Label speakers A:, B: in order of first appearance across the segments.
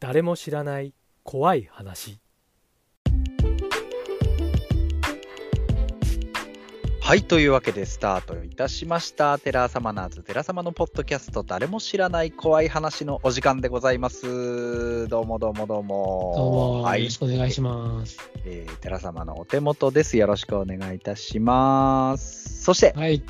A: 誰も知らない怖い話
B: はい、というわけでスタートいたしました。テラーサマナーズ、テラ様のポッドキャスト、誰も知らない怖い話のお時間でございます。どうもどうもどうも。
C: どうも、
B: は
C: よ
B: い
C: ろし、くお願いします。
B: えー、テラ様のお手元です。よろしくお願いいたします。そして、
C: はい。今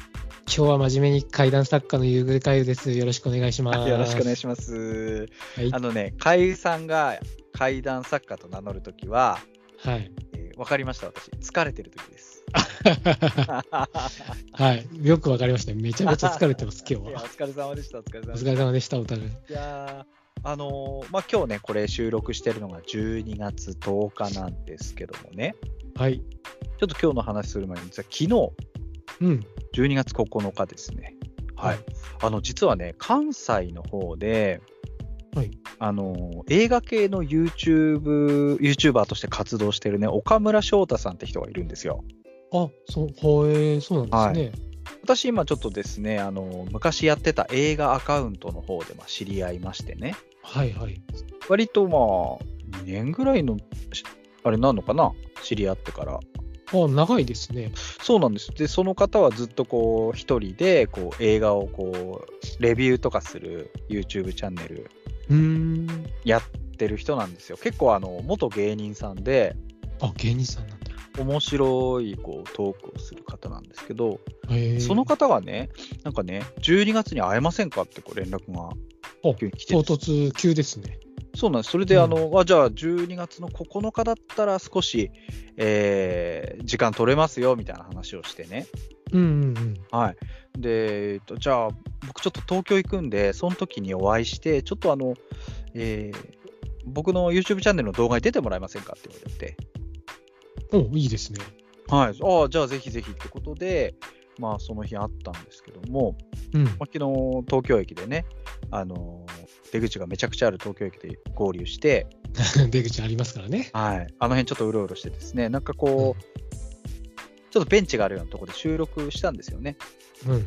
C: 日は真面目に怪談作家のゆうぐるかゆです。よろしくお願いします。
B: よろしくお願い
C: し
B: します。
C: はい
B: あのね、かゆさんが怪談作家と名乗るときは、
C: ます。はい。
B: えーわかりました、私。疲れてるときです。
C: はい。よくわかりました。めちゃめちゃ疲れてます、今
B: い
C: 日
B: やお
C: は。
B: 疲れ様でした、お疲れ
C: お
B: 様でした。
C: 疲れ様でした、お互い。
B: いやーあのーまあ、今日ね、これ収録してるのが12月10日なんですけどもね、
C: はい。
B: ちょっと今日の話する前に、実は昨日
C: うん。
B: 12月9日ですね、はい
C: は
B: あの実はね、関西の方で、
C: はい
B: あのー映画系の YouTube、YouTuber として活動してるね、岡村翔太さんって人がいるんですよ。
C: あ、そう、ほえー、そうなんですね。
B: 私、今ちょっとですね、あのー昔やってた映画アカウントの方でまあ知り合いましてね、
C: はい、はい。
B: 割とまあ2年ぐらいのしあれなのかな知り合ってから
C: あ、長いですね。
B: そうなんですでその方はずっとこう一人でこう映画をこうレビューとかする YouTube チャンネル
C: うーん。
B: やってる人なんですよ結構あの元芸人さんで
C: あ、芸人さんなんだ。
B: 面白いこうトークをする方なんですけど、
C: へー
B: その方がねなんかね12月に会えませんかってこう連絡が
C: あ
B: 急に来て
C: 唐
B: る
C: 突急ですね。
B: そうなんです。それで、あの、あじゃあ、12月の9日だったら少し、えー時間取れますよ、みたいな話をしてね。
C: うんうんうん。
B: はい。で、えっと、じゃあ、僕ちょっと東京行くんで、その時にお会いして、ちょっとあの、えー僕の YouTube チャンネルの動画に出てもらえませんかって言われて、
C: おいいですね。
B: はい。ああ、じゃあ、ぜひぜひってことで、まあ、その日あったんですけども、
C: うん。
B: まあ昨日、東京駅でね、あの、出口がめちゃくちゃある東京駅で合流して、
C: 出口ありますからね。
B: はい、あの辺ちょっとうろうろしてですね、なんかこう、ちょっとベンチがあるようなところで収録したんですよね。
C: うん。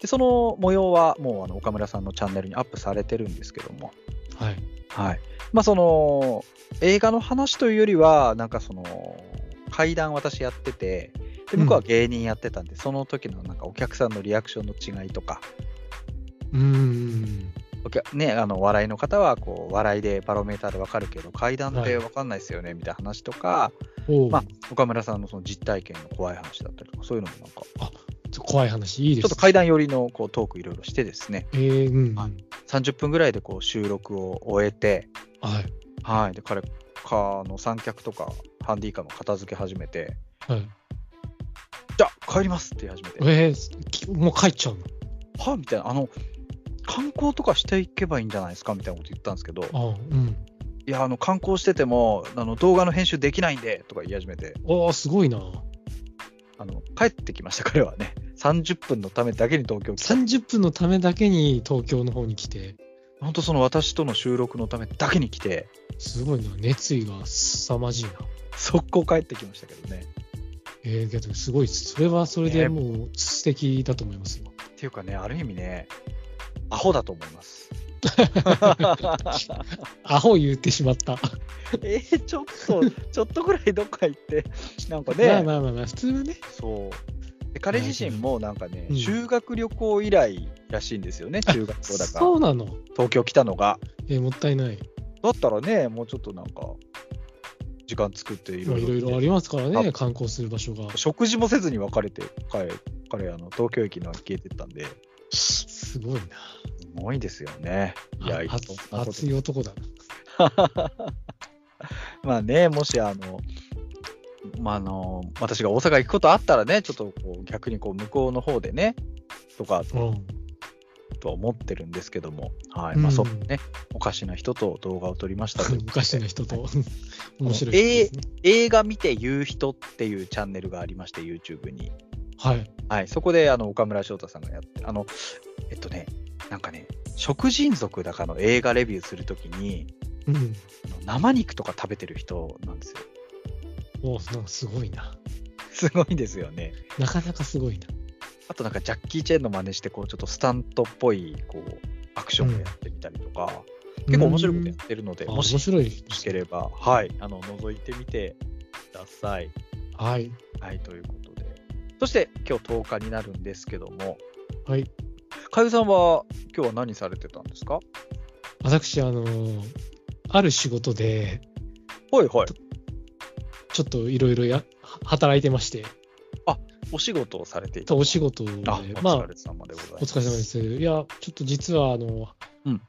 B: で、その模様はもうあの岡村さんのチャンネルにアップされてるんですけども、
C: はい。
B: はい。まあその、映画の話というよりは、なんかその、怪談私やってて、で、僕は芸人やってたんで、その時のなんかお客さんのリアクションの違いとか、
C: うーん。
B: お客ね、あの笑いの方はこう笑いでバロメーターでわかるけど怪談ってわかんないですよねみたいな話とか、
C: おう
B: まあ、岡村さんのその実体験の怖い話だったりとか、そういうのもなんか、ち
C: ちょ怖い話、いいです
B: ょっと階段寄りのこうトークいろいろしてですね、
C: えー、うん、
B: は
C: はいい。
B: 30分ぐらいでこう収録を終えて、はい、で彼かあの三脚とかハンディカムを片付け始めて、
C: はい。
B: じゃあ帰りますって言い始めて、
C: えー、きもう帰っちゃうの
B: はみたいな、あの、観光とかしていけばいいんじゃないですかみたいなこと言ったんですけど、
C: ああうん。
B: いや、あの観光しててもあの動画の編集できないんでとか言い始めて
C: おー、すごいな。
B: あの、帰ってきました、彼はね。30分のためだけに東京来た。
C: 30分のためだけに東京の方に来て、
B: 本当その私との収録のためだけに来て、
C: すごいな。熱意が凄まじいな。
B: 速攻帰ってきましたけどね。
C: えー、けど、すごいです。それはそれ
B: ね
C: でもう素敵だと思いますよ。
B: っていうかね、ある意味ね、アホだと思います。
C: アホ言ってしまった。
B: えーちょっ と、ちょっとぐらいどっか行って、なんか
C: まあ
B: ね、
C: まあまあまあ、普通はね。
B: そう。で彼自身もなんかね、
C: うん
B: 修学旅行以来らしいんですよね、中学校だから、
C: そうなの。
B: 東京来たのが。
C: えーもったいない。
B: だったらね、もうちょっとなんか、時間作ってい
C: ま
B: ろ
C: あ
B: い
C: い
B: ろ。
C: ろいろありますから
B: あ
C: ね、観光する場所が。
B: 食事もせずに別れて、彼、彼あの東京駅の消えてったんで、
C: すごい
B: すごいですよね。い
C: な。
B: や、
C: あ
B: い
C: 熱
B: そんなこと
C: 熱い男だな。
B: まあね、もしあの、まあ、あの私が大阪行くことあったらね、ちょっとこう逆にこう向こうの方でね、とか
C: うん。
B: とは思ってるんですけども、はい
C: うん
B: まあそうね、おかしな人と動画を撮りましたという
C: 昔の人と面白い
B: え
C: 人ですね。
B: 映画見て言う人っていうチャンネルがありまして、YouTube に。
C: はい。
B: はい、そこであの岡村翔太さんがやって、あの、えっとね、なんかね、食人族だかの映画レビューするときに、
C: うん。
B: あの生肉とか食べてる人なんですよ。
C: おうなんかすごいな。
B: すごいですよね。
C: なかなかすごいな。
B: あとなんかジャッキー・チェンの真似してこうちょっとスタントっぽいこうアクションをやってみたりとか、結構面白いことやってるので、
C: あ
B: もし
C: 面
B: よ
C: 白いです
B: ろしければ、はい、あの、覗いてみてください。
C: はい。
B: はい、ということで。そして、今日10日になるんですけども、
C: はい。
B: かゆさんは今日は何されてたんですか
C: 私、あのーある仕事で、
B: はいはい。
C: ちょっといろいろや、は働いてまして、
B: お仕事をされていた。
C: とお仕事で、
B: あ、
C: ま
B: お疲、
C: あ
B: れ様でございます。
C: お疲れ様で。す。いや、ちょっと実は、あの、
B: うん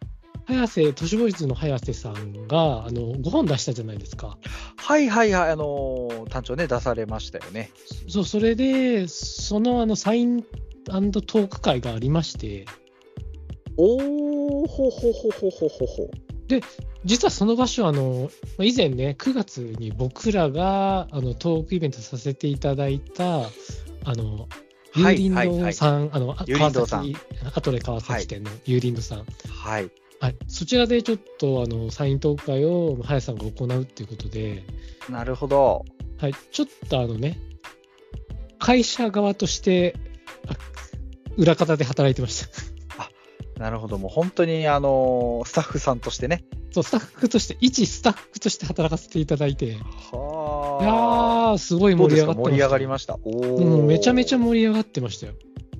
C: 早瀬、都市ボーイズの早瀬さんが、あの、5本出したじゃないですか。
B: はいはいはい、あのー、単調ね、出されましたよね。
C: そう、それで、その、あの、サイントーク会がありまして、
B: おー、ほほほほほほほ。
C: 実はその場所、あの、まあ以前ね、9月に僕らが、あの、トークイベントさせていただいた、あの、
B: いは
C: 有
B: い
C: 林堂さん、あの、あ
B: 有林堂さん
C: 川崎、アトレ川崎店の有林堂さん。
B: はい。
C: はい、そちらでちょっと、あの、サイントーク会を、早瀬さんが行うっていうことで、
B: なるほど。
C: はい、ちょっとあのね、会社側として、あ裏方で働いてました。
B: なるほど。もう本当に、あのースタッフさんとしてね。
C: そう、スタッフとして、一スタッフとして働かせていただいて、いや
B: は
C: ー、すごい
B: どうで
C: 盛
B: す
C: り上が
B: か
C: ってました。
B: 盛り上がりました。おー
C: うん、めちゃめちゃ盛り上がってましたよ。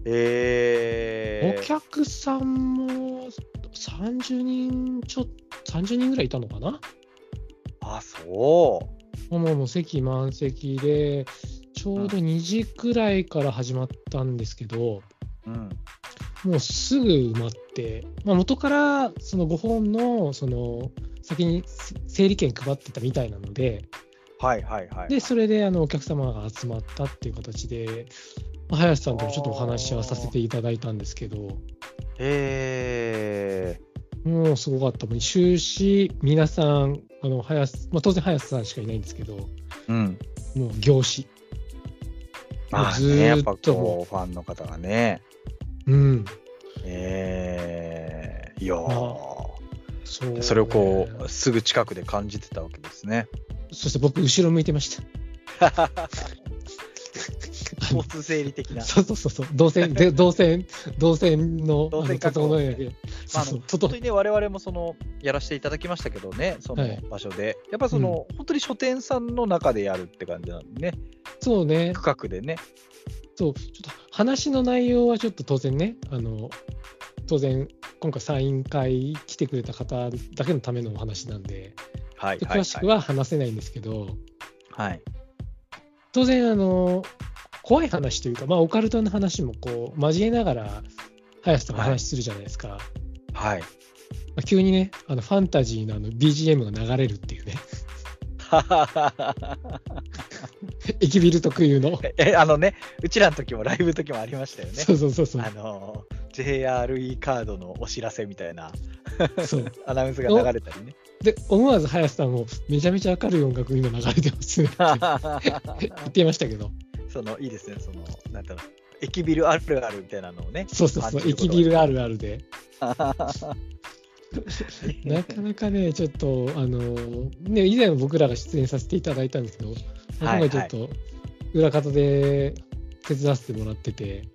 B: えー。
C: お客さんも30人ちょっと、30人ぐらいいたのかな
B: あ、そう。
C: もうもう席満席で、ちょうど2時くらいから始まったんですけど、
B: うん。
C: もうすぐ埋まって、まあ、元からその5本のその先にせ整理券配ってたみたいなので、
B: はいはいはい。
C: でそれであのお客様が集まったっていう形で、まあ林さんともちょっとお話はさせていただいたんですけど、
B: え
C: もうすごかった、もう終始、皆さん、あの林まあ、当然、林さんしかいないんですけど、
B: ー。うん。
C: もう業師、
B: まあ
C: ずー
B: ね、
C: っと
B: やっぱこう、ファンの方がね。
C: うん、
B: えー。いやー
C: まそうね
B: それをこう、すぐ近くで感じてたわけです ね。
C: そして僕、後ろ向いてました。
B: 交通整理的な。
C: そうそうそうそう、動線、で動線、動線の、
B: 動
C: あ
B: 線
C: の
B: 確保
C: 整えなきゃ。そ
B: まあ
C: う
B: あの
C: そう、
B: 本当
C: 整え
B: にね、我々もそのやらせていただきましたけどね、そ
C: は
B: の
C: い
B: 場所で、やっぱその、本当に書店さんの中でやるって感じなんでね、
C: そうね、
B: 区画でね、
C: そう、ちょっと話の内容はちょっと当然ね、あの、当然、今回サイン会来てくれた方だけのためのお話なんで、
B: はい
C: で
B: はい
C: 詳しくは話せないんですけど、
B: はい。はい、
C: 当然、あの、怖い話というか、まあ、オカルトの話もこう、交えながら、林とか話するじゃないですか。
B: はい、
C: まあ急にね、あのファンタジーのあの BGM が流れるっていうね、 駅ビル特有の。
B: えあのね、うちらの時もライブの時もありましたよね
C: そ。うそうそうそう
B: あ。の JRE カードのお知らせみたいな
C: そう
B: アナウンスが流れた りね。
C: で、思わず林さんも、めちゃめちゃ明るい音楽今流れてますね って言ってましたけど、
B: そのいいですね、その、なんだろう、駅ビルあるあるみたいなの をね。
C: そうそうそ
B: 感
C: う、
B: じること
C: 駅
B: が
C: ビルあるあるで、なか
B: は
C: なかね、ちょっと、あのね、以前僕らが出演させていただいたんですけど、今
B: い、
C: 回ちょ
B: は
C: っ
B: い。
C: と裏方で手伝わせてもらってて、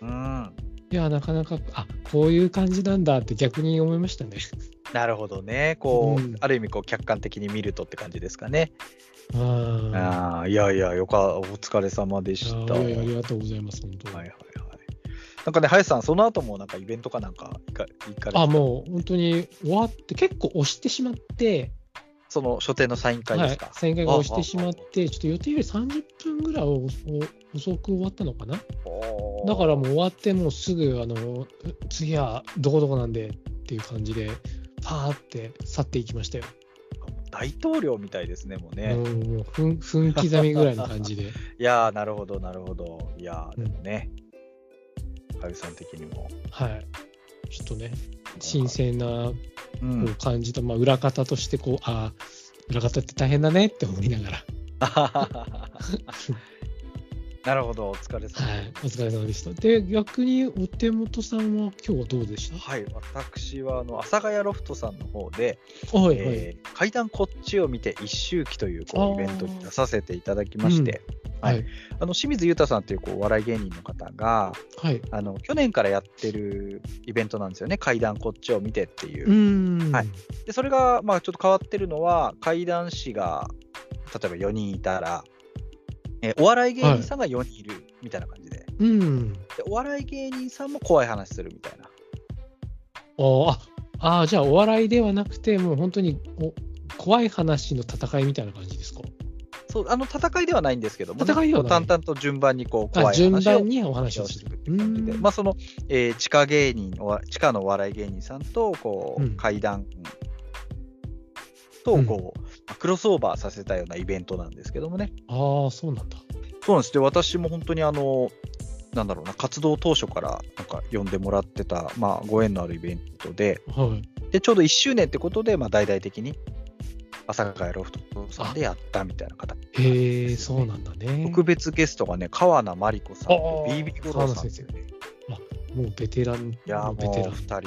B: うん。
C: いや、なかなか、あこういう感じなんだって逆に思いましたね。
B: なるほどね。こう、
C: うん
B: ある意味、こう、客観的に見るとって感じですかね。あ
C: あ
B: あ、いやいや、よか、お疲れ様でし
C: ー
B: た。
C: あ
B: はい
C: やい
B: いはい
C: やありがとうございます、本当。
B: はい。なんかね、林さん、その後もなんかイベントかなんか行か行かれて
C: あもう本当に終わって、結構押してしまって、
B: その書店のサイン会ですか。
C: はい、宣言が押してしまって、ちょっと予定より30分ぐらいおお遅く終わったのかな。
B: おー
C: だからもう終わって、もうすぐ、あの、次はどこどこなんでっていう感じで、パーって去っていきましたよ。
B: 大統領みたいですね、もうね。
C: うん もう分分刻みぐらいの感じで。
B: いやー、なるほど、なるほど。いやー、でもね、林さん的にも。
C: はい。ちょ っとね、新鮮なこ
B: う。
C: うん感じと、まあ、裏方として、こう、ああ、裏方って大変だねって思いながら、
B: なるほど、お疲れ様です。
C: はい、お疲れ様でした。で、逆にお手元さんは今日はどうでした
B: はい、私はあの阿佐ヶ谷ロフトさんの方で、
C: はいはい。
B: えー階段こっちを見て一周期というこ
C: あー
B: うイベントに出させていただきまして、はい
C: はい
B: あの清水裕太さんっていうこうお笑い芸人の方が
C: はい。
B: あの去年からやってるイベントなんですよね「怪談こっちを見て」っていう
C: う。ーん。
B: はいでそれがまあちょっと変わってるのは怪談師が例えば4人いたら、えーお笑い芸人さんが4人いるみたいな感じで,、
C: うん。
B: でお笑い芸人さんも怖い話するみたいな
C: おーああー、じゃあお笑いではなくて、もう本当にお怖い話の戦いみたいな感じですか。
B: そうあの戦いではないんですけども、
C: 戦いではない
B: 淡々と順番にこう
C: あ
B: 怖い
C: 順
B: 話を
C: 番にお話を
B: し
C: す
B: ていく
C: る
B: っていう感じで、
C: うん
B: まあその、えー地下芸人、お地下のお笑い芸人さんと、こう、
C: うん
B: 階段と、
C: うん
B: こう、まあクロスオーバーさせたようなイベントなんですけどもね。
C: ああ、そうなんだ。
B: そうなんです。で、私も本当にあの、なんだろうな、活動当初からなんか呼んでもらってた、まあご縁のあるイベントで、
C: はい。
B: で、ちょうど1周年ってことで、まあ大々的に、朝ヶ谷ロフトさんでやったみたいな方。
C: へえ、そうなんだね。
B: 特別ゲストがね、川名真理子さんと
C: あー
B: BB 五郎さんっていうね。
C: もうベテラン。
B: いやー
C: ベ
B: もう
C: テラン
B: 2。人の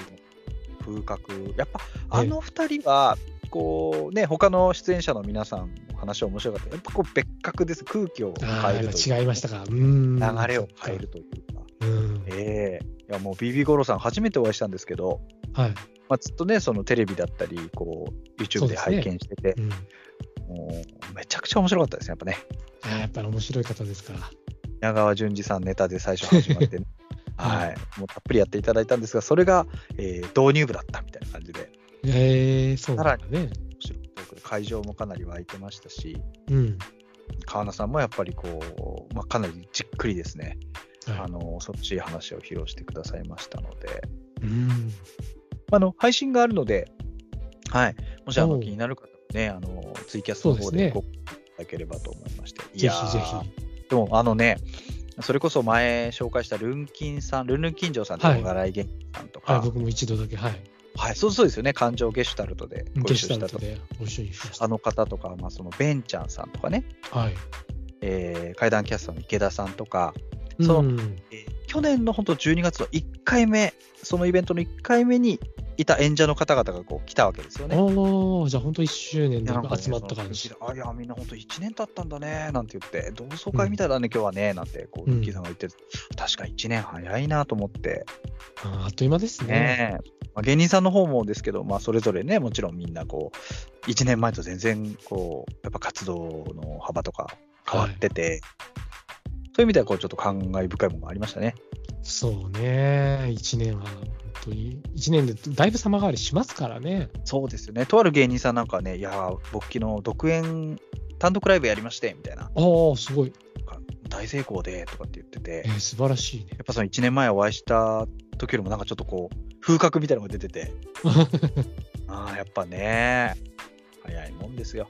B: 風格、やっぱあの2人は、こうね、他の出演者の皆さんの話面白かったやっぱこう別格です、空気を
C: ああ、
B: 変え
C: や
B: る
C: っ
B: という
C: ぱ違いましたか。うーん。
B: 流れを変えるというか、
C: そっか。うん。
B: ええいやもう BB 五郎さん、初めてお会いしたんですけど、
C: はい。
B: まあ、ずっとね、そのテレビだったり、こう YouTube で
C: そうですね
B: 拝見してて、
C: うん。
B: もうめちゃくちゃ面白かったですね、やっぱね、
C: あーやっぱり面白い方ですから。
B: 稲川淳二さんネタで最初始まってね、は
C: はい
B: い、もうたっぷりやっていただいたんですが、それが、えー導入部だったみたいな感じで。
C: ええ、そうなんだね。
B: 面白くてこれ会場もかなり湧いてましたし
C: うん。
B: 川名さんもやっぱりこう、まあ、かなりじっくりですね、あ
C: は
B: のそっちい話を披露してくださいましたので
C: い。うん。
B: あの配信があるので、はい、もしあ
C: お
B: の
C: う
B: 気になる方はねあのツイキャスの
C: そ
B: 方
C: うですね
B: でご覧いただければと思いまして、い
C: ぜ
B: やー
C: ひぜひ。
B: でもあのねそれこそ前紹介したルンキンさんルンルン金城さんと
C: は
B: か
C: い
B: ガライゲンさんとか、
C: はい、
B: はい
C: 僕も一度だけ、はい。
B: そうそうですよね感情ゲシュタルトでご
C: ゲ
B: 一
C: ス
B: 緒した
C: ト
B: と
C: でご一緒にしました
B: あ。の方とか、まあ、そのベンちゃんさんとかね
C: はい。
B: えー、怪談キャスターの池田さんとか、その
C: うん
B: えー去年の本当12月の1回目、そのイベントの1回目にいた演者の方々がこう来たわけですよね。
C: おーじゃあ本当1周年で
B: なんかね
C: 集まった感じ。
B: そのあいや、みんな本当1年経ったんだね、なんて言って、同窓会みたいだね、今日はね、なんて、こう、
C: うん
B: ルッキーさんが言って、確か1年早いなと思って、
C: あーあっという間ですね。
B: ねえまあ、芸人さんの方もですけど、まあ、それぞれね、もちろんみんなこう、1年前と全然、こう、やっぱ活動の幅とか変わってて、そういう意味では、こう、ちょっと感慨深いものがありましたね。
C: そうね。1年は本当に、1年でだいぶ様変わりしますからね。
B: そうですよね。とある芸人さんなんかね、いやー、僕昨日、独演単独ライブやりまして、みたいな、
C: ああ、すごい。
B: 大成功で、とかって言ってて、
C: えー素晴らしいね。
B: やっぱその1年前お会いした時よりもなんかちょっとこう、風格みたいなのが出て て、ああ、やっぱね、早いもんですよ。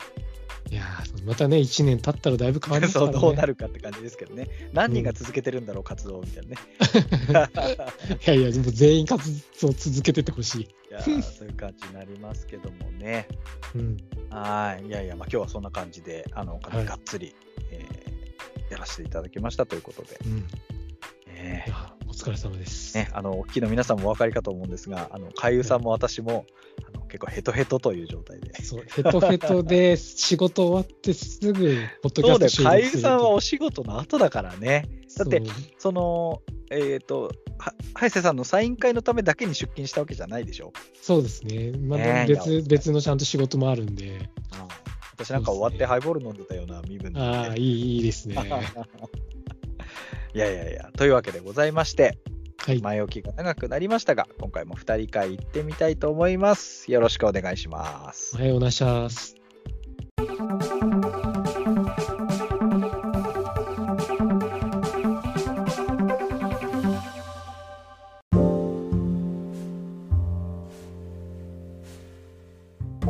C: いやーまたね、1年経ったらだいぶ変わりますか
B: そ
C: ら
B: う、
C: ね。
B: どうなるかって感じですけどね。何人が続けてるんだろう、活動みたいなね。
C: いやいや、でも全員活動を続けてってほしい。
B: いやーそういう感じになりますけどもね。
C: うん。
B: はい。いやいや、まあ今日はそんな感じで、あの、
C: はい
B: がっつり、えーやらせていただきましたということで。
C: うん。い
B: えー
C: やお疲れ様です。
B: ね、あの、お聞きの皆さんもお分かりかと思うんですが、あの、海遊さんも私も、あの結構ヘトヘトという状態で。
C: そう、ヘトヘトで仕事終わってすぐ、ポッドキ
B: そうだよ、
C: ャスト収
B: 海
C: 録
B: 遊
C: する
B: さんはお仕事の後だからね。だって、その、えっ、と、は早瀬さんのサイン会のためだけに出勤したわけじゃないでしょ。
C: そうそうですね。ま
B: ね
C: あ、
B: えいや
C: 別別のちゃんと仕事もあるんで、
B: 私なんか終わってハイボール飲んでたような身分で、
C: ああ、いい、いいですね。はい
B: やいやいや、というわけでございまして、
C: い。
B: 前置きが長くなりましたが、今回も2人会行ってみたいと思います。よろしくお願いします。
C: おはようなしゃーす。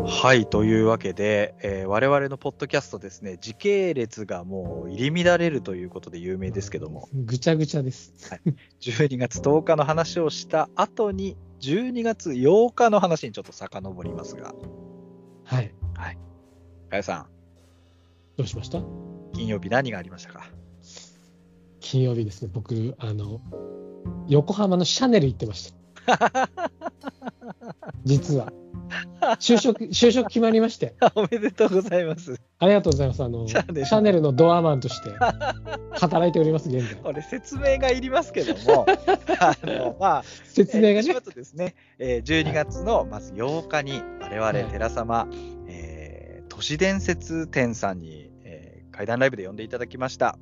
B: はい、というわけで、えー我々のポッドキャストですね、時系列がもう入り乱れるということで有名ですけども、
C: ぐちゃぐちゃです。
B: 12月10日の話をした後に、12月8日の話にちょっと遡りますが、
C: はい。
B: かやさ
C: どうしました
B: ん、金曜日何がありましたか
C: 金曜日ですね、僕、あの、 横浜のシャネル行ってました。実は。就職、就職決まりまして。
B: おめでとうございます。
C: ありがとうございます。あの、
B: シ
C: シ
B: ャネル
C: ャネルのドアマン として働いております、現在。
B: これ説明がいりますけど も、あの、まあ、
C: 説明が
B: えー
C: ね
B: 一。つですね、えー12月のまず8日に、我
C: はい
B: 々、寺様、えー都市伝説店さんに、えー、怪談ライブで呼んでいただきました。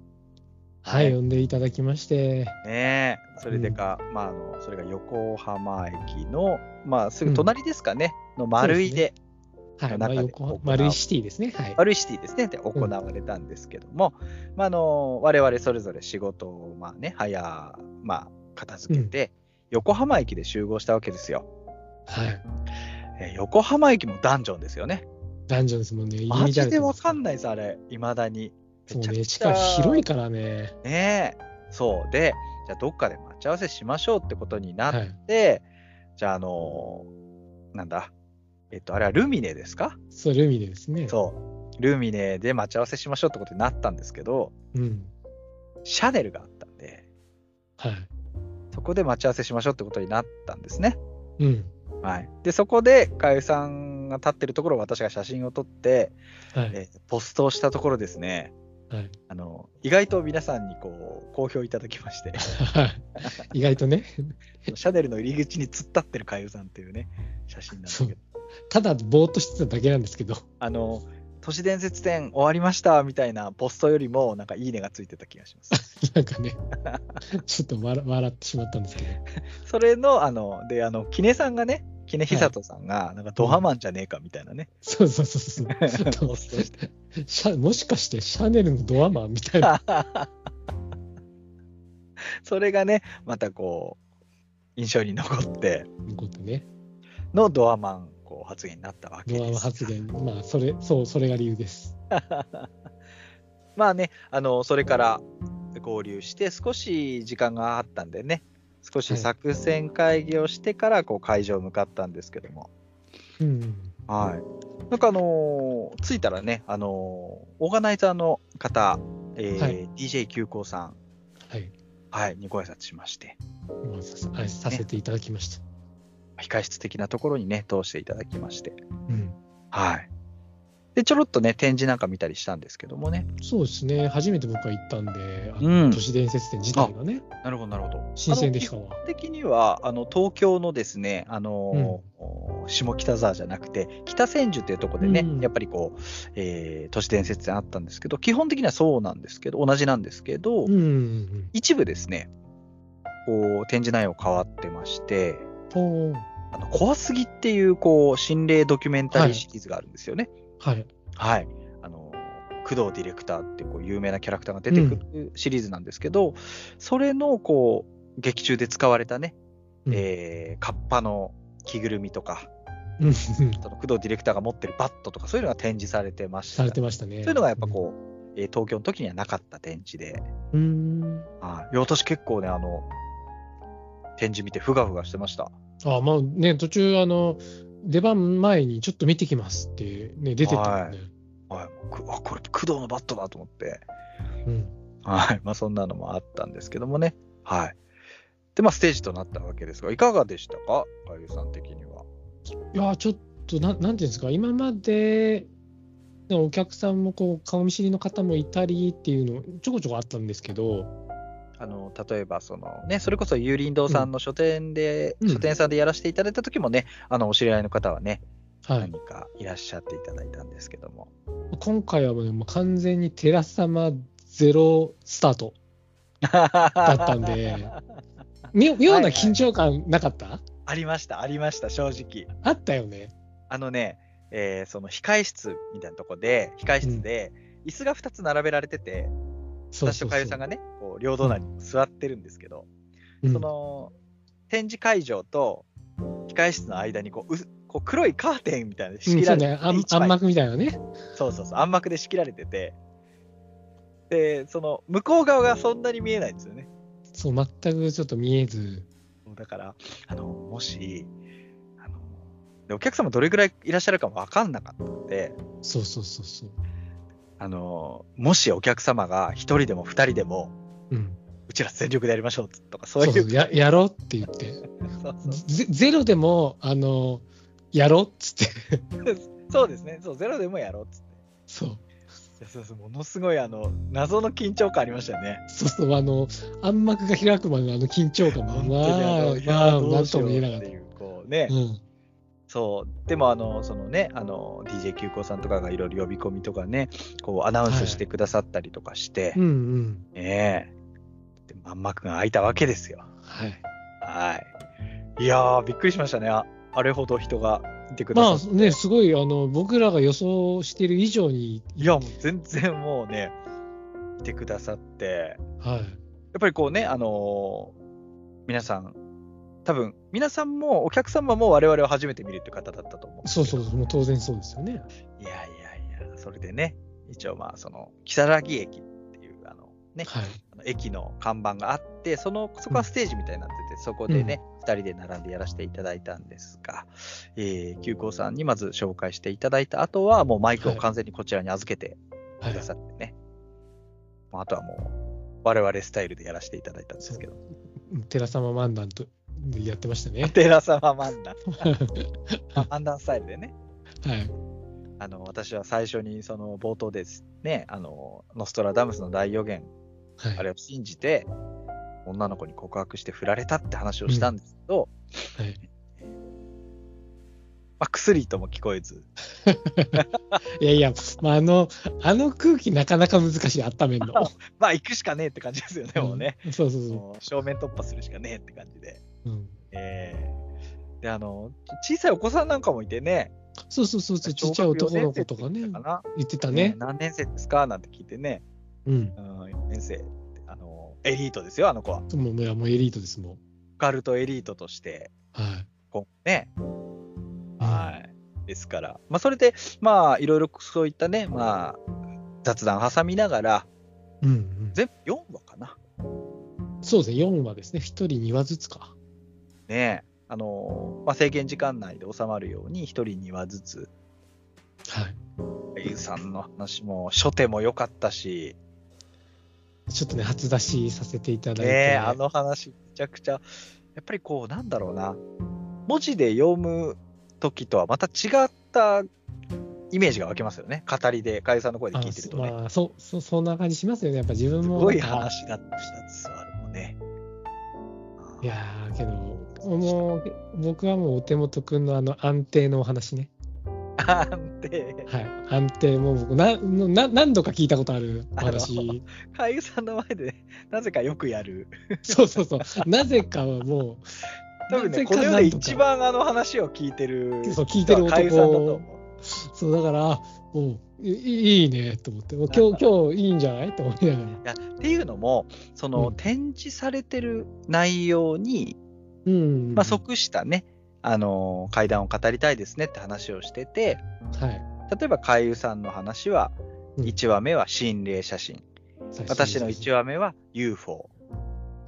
C: はい、呼んでいただきまして。
B: ねえ、それでか、まあ、あの、それが横浜駅の、まあ、すぐ隣ですかね、の丸井で、
C: はい、ま
B: 中で
C: あ、横
B: 行う
C: 丸井シティですね。はい。
B: 丸井シティですね、で行われたんですけども、まあ、あの、我々それぞれ仕事を、まあね、早、まあ、片付けて、横浜駅で集合したわけですよ。
C: はい。
B: えー横浜駅もダンジョンですよね。
C: ダンジョンですもんね。入り
B: マ
C: 乱れて
B: ジでわ
C: ます
B: かんないです、あれ、いまだに。
C: そうね、地下広いからね。
B: ねえ。そう。で、じゃあ、どっかで待ち合わせしましょうってことにな
C: は
B: っ
C: い。
B: て、じゃあ、あのーなんだ、えっと、あれはルミネですか、
C: そう、ルミネですね。
B: そう。ルミネで待ち合わせしましょうってことになったんですけど、
C: う。うん。
B: シャネルがあったんで、
C: はい。
B: そこで待ち合わせしましょうってことになったんですね。
C: うん。
B: はい。で、そこで、かゆさんが立ってるところを私が写真を撮って、
C: はい。
B: えーポストをしたところですね、
C: はい。
B: あの、意外と皆さんにこう、好評いただきまして、
C: はい。意外とね、
B: シャネルの入り口に突っ立ってる海遊さんっていうね、写真なんだけ
C: そ
B: ど
C: う、ただぼーっとしてただけなんですけど、
B: あの、都市伝説展終わりましたみたいなポストよりも、なんかいいねがついてた気がし ます。
C: なんかね、ちょっと笑笑ってしまったんですけど、
B: それの、あの、で、あの、キネさんがね、キネヒサトさんが、なんかドハマンじゃねえかみたいな ね、
C: そうそうそうそう
B: ポストして。
C: シャ、もしかしてシャネルのドアマンみたいな、
B: それがね、またこう、印象に残って
C: ことね、
B: のドアマンこう発言になったわけ
C: ドア
B: です。
C: マン発言、まあ、それ、そう、それが理由です。
B: まあね、あのそれから合流して、少し時間があったんでね、少し作戦会議をしてからこう会場向かったんですけども、
C: うん。
B: はい、なんかあのー着いたらね、あのーオーガナイザーの方、えー
C: は
B: DJ 急行さん、
C: はい。
B: はい、にご挨拶しまして、
C: まあ、させあさせていただきました。
B: 控室的なところにね、通していただきまして、
C: うん。
B: はい。で、ちょろっとね、展示なんか見たりしたんですけどもね。
C: そうですね、初めて僕は行ったんで、あ
B: うん
C: の都市伝説展自体がね、
B: なるほど、なるほど。
C: 新鮮でしたわ。
B: 基本的にはあの東京のですね、あのお下北沢じゃなくて北千住っていうところでね、
C: うん
B: やっぱりこう、えー都市伝説展あったんですけど基本的にはそうなんですけど同じなんですけど、
C: うんうん
B: 一部ですねこう展示内容変わってまして
C: うん。おー
B: あの怖すぎっていうこう心霊ドキュメンタリーシリーズがあるんですよね。
C: はい。
B: はい、あの工藤ディレクターっていうこう有名なキャラクターが出てくるシリーズなんですけど、それのこう劇中で使われたね、
C: うん
B: えーカッパの着ぐるみとか、
C: うんうん
B: その工藤ディレクターが持ってるバットとか、そういうのが展示されてました。
C: されてましたね。
B: そういうのがやっぱこう、えー東京の時にはなかった展示で、
C: う。うん。
B: はいいや私結構ね、あの、展示見てふがふがしてました。
C: あまあね、途中、あの、出番前にちょっと見てきますって、ね、出てったもんね。
B: はい、くあこれ工藤のバットだと思って。
C: うん。
B: はい。まあ、そんなのもあったんですけどもね。はい。で、まあ、ステージとなったわけですが、いかがでしたかかゆさん的には。
C: いや、ちょっとな、なんていうんですか、今まで、ねお客さんもこう顔見知りの方もいたりっていうの、ちょこちょこあったんですけど、
B: あの、例えば、その、ね、それこそ、有林堂さんの書店で、
C: うん
B: 書店さんでやらせていただいた時もね、あの、お知り合いの方はね、
C: はい、
B: 何かいらっしゃっていただいたんですけども。
C: 今回はもうねもう完全に寺様ゼロスタートだったんで、み妙な緊張感なかった、
B: ありました、ありました、正直。
C: あったよね。
B: あのね、えーその、控室みたいなとこで、控室で、椅子が2つ並べられてて、
C: そう
B: 私と
C: そうそ
B: か
C: う
B: ゆさんがね、こう両隣に座ってるんですけど、その展示会場と控室の間にこううこう黒いカーテンみたいなので
C: うん、
B: 仕
C: うん
B: 切
C: そ
B: ら
C: う
B: れて
C: ね、
B: て、
C: 暗
B: 一枚
C: 暗幕みたいなね。
B: そうそうそう暗幕で仕切られててでその向こう側がそんなに見えないんですよね
C: そう、全くちょっと見えず、
B: だからあのもしあのでお客様どれぐらいいらっしゃるかも分かんなかったので
C: そうそうそうそう。
B: あのもしお客様が1人でも2人でも
C: うん、
B: うちら全力でやりましょうとかそ
C: そうう
B: い
C: そううややろうって言って
B: そうそう
C: ゼゼロでもあのやろうっつって。
B: そうですね、そう、ゼロでもやろうっつって。
C: そう。
B: いやそうそうものすごいあの謎の緊張感ありましたよね。
C: そうそう、あの、暗幕が開くまでのあの緊張感も、
B: 本
C: ま
B: 当
C: あ、
B: に
C: ま
B: あ
C: あ、
B: のいやー
C: な
B: ど
C: ん
B: うし
C: と
B: よ
C: も
B: う
C: 言えなか
B: っ
C: ってた。
B: いうこうね、
C: うん。
B: そうでもあのそのねあの DJ 急行さんとかがいろいろ呼び込みとかねこうアナウンスしてくださったりとかして、
C: うんうん。
B: ねえでまんまくんが開いたわけですよ。
C: はい。
B: はい。いやーびっくりしましたねああれほど人がいてくだ
C: ま
B: さっ
C: あ
B: て。
C: ね、すごい、あの、僕らが予想している以上に、
B: いやもう全然もうねいてくださって。
C: はい。
B: やっぱりこうね、あのー皆さん、多分皆さんもお客様も我々を初めて見るって方だったと思う。
C: そうそうそう、もう当然そうですよね。
B: いやいやいや、それでね、一応まあ、その、木更木駅っていう、あの、ね、
C: はい。
B: あの駅の看板があって、その、そこはステージみたいになってて、そこでね、二人で並んでやらせていただいたんですが、えー、急行さんにまず紹介していただいた後は、もうマイクを完全にこちらに預けて
C: は
B: く
C: い
B: だ。さってね、まああとはもう、我々スタイルでやらせていただいたんですけど、。
C: 寺様漫談と、やってましたね
B: 寺様漫 談。
C: は
B: アンダースタイルでね、
C: い。
B: あの私は最初にその冒頭ですね、あのノストラダムスの大予言、
C: はい。
B: あれを信じて、女の子に告白して振られたって話をしたんですけど、
C: はい。
B: まあ、薬とも聞こえず、
C: いやいや、まあ、あの、あの空気なかなか難しい、温めんの。
B: まあ、行くしかねえって感じ ですよね、もうね。
C: うん。そうそうそ
B: もう正面突破するしかねえって感じで。
C: う。うん、
B: えーであのち小さいお子さんなんかもいてね、
C: そうそうそうそう、ちっちゃい
B: 小学
C: 男
B: 四
C: の
B: 年生っ
C: 子と
B: て
C: か
B: 言
C: ね
B: って、たか
C: 言ってた
B: な
C: ね。
B: 何年生ですかなんて聞いてね、
C: うん。
B: うん、4年生、あのエリートですよ、あの子は。
C: もう、いやもうエリートですもん。
B: オカルトエリートとして、
C: はい。
B: 今後ね。はい。ですから、まあ、それで、まあ、いろいろそういったね、まあ、雑談挟みながら、
C: うんうん、
B: 全部4話かな。
C: そうですね、4話ですね、1人2話ずつか。
B: ねえあのー、まあ、制限時間内で収まるように、1人2話ずつ、
C: はい。
B: ゆうさんの話も、初手も良かったし、
C: ちょっとね、初出しさせていただい
B: ね
C: て。
B: えあの話、めちゃくちゃ、やっぱりこう、なんだろうな、文字で読む時とはまた違ったイメージが湧きますよね。語りで、かゆさんの声で聞いてるとね。
C: あまあ、そう、そうそんな感じしますよね。やっぱ自分
B: す
C: も。
B: ごい話だったですわ、あれもね。
C: いやー、けど、もう、僕はもうお手元くんのあの安定のお話ね。
B: 安定。
C: はい。安定も僕、な、な何度か聞いたことあるお話。
B: 俳優さんの前で、なぜかよくやる。
C: そうそうそう。なぜかはもう、
B: 多分ね、
C: なぜ
B: こ
C: か
B: の世
C: な
B: で
C: んとか
B: 一番あの話を聞いてる。
C: そう聞いてる男
B: 俳優さんだと思
C: そう、だから、あおういいいいねと思って、お今日、今日いいんじゃないと思いながら。
B: ういや。っていうのも、その、
C: うん
B: 展示されてる内容に、
C: うん。
B: まあ、即したね、あのー、会談を語りたいですねって話をしてて、
C: はい。
B: 例えば、海優さんの話は、
C: うん
B: 1話目は心霊写真、私の1
C: 応。
B: 話目は UFO。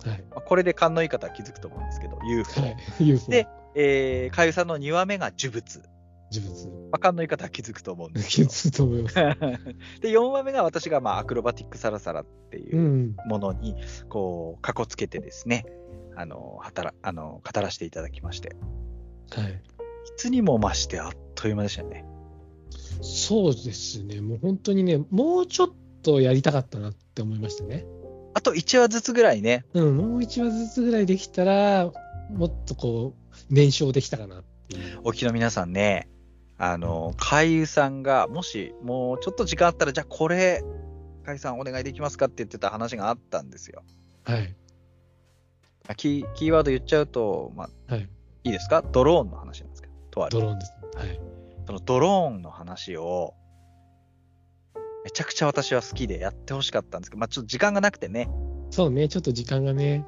C: はい。
B: まあこれで勘のいい方は気づくと思うんですけど、UFO。
C: はい。UFO。
B: でえー、かゆさんの2話目が呪物。ま
C: 自分
B: あ、勘のいい方は気づくと思うんで
C: です。
B: すけ
C: 気
B: ど。
C: づくと思いま す。。
B: で、4話目が私が、まあ、アクロバティックサラサラっていううんものに、こう、かこつけてですね、あの、働、あの、語らせていただきまして、
C: はい。
B: いつにも増してあっという間でしたね。
C: そうですね。もう本当にね、もうちょっとやりたかったなって思いましたね。
B: あと1話ずつぐらいね、
C: うん。もう1話ずつぐらいできたら、もっとこう、燃焼できたかなっていう。
B: お聞きの皆さんね、あの、かゆさんが、もし、もうちょっと時間あったら、じゃあこれ、かゆさんお願いできますかって言ってた話があったんですよ。
C: はい。
B: あキーキーワード言っちゃうと、まあ、
C: はい。
B: いいですかドローンの話なんですけど、とある
C: ド。ローンです。はい。
B: そのドローンの話を、めちゃくちゃ私は好きでやってほしかったんですけど、まあちょっと時間がなくてね、
C: そうね。ちょっと時間がね、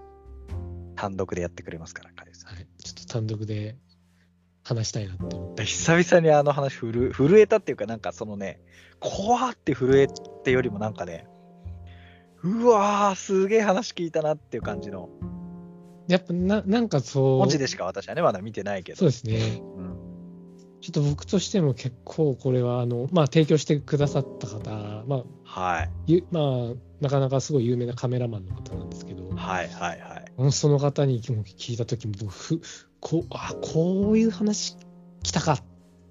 B: 単独でやってくれますから、かゆさん。
C: はい。ちょっと単独で話したいなって思って。
B: 久々にあの話震え、震えたっていうか、なんかそのね、怖って震えってよりもなんかね、うわー、すげえ話聞いたなっていう感じの、
C: やっぱな、なんかそう。
B: 文字でしか私はね、まだ見てないけ
C: そう
B: ど。
C: ですね。
B: うん
C: ちょっと僕としても結構これはあの、まあ、提供してくださった方、まあ
B: はい、
C: ゆまあ、なかなかすごい有名なカメラマンの方なんですけど、
B: はい、はい、はい。
C: その方に聞いた時も僕ふこうあこういう話来たかっっ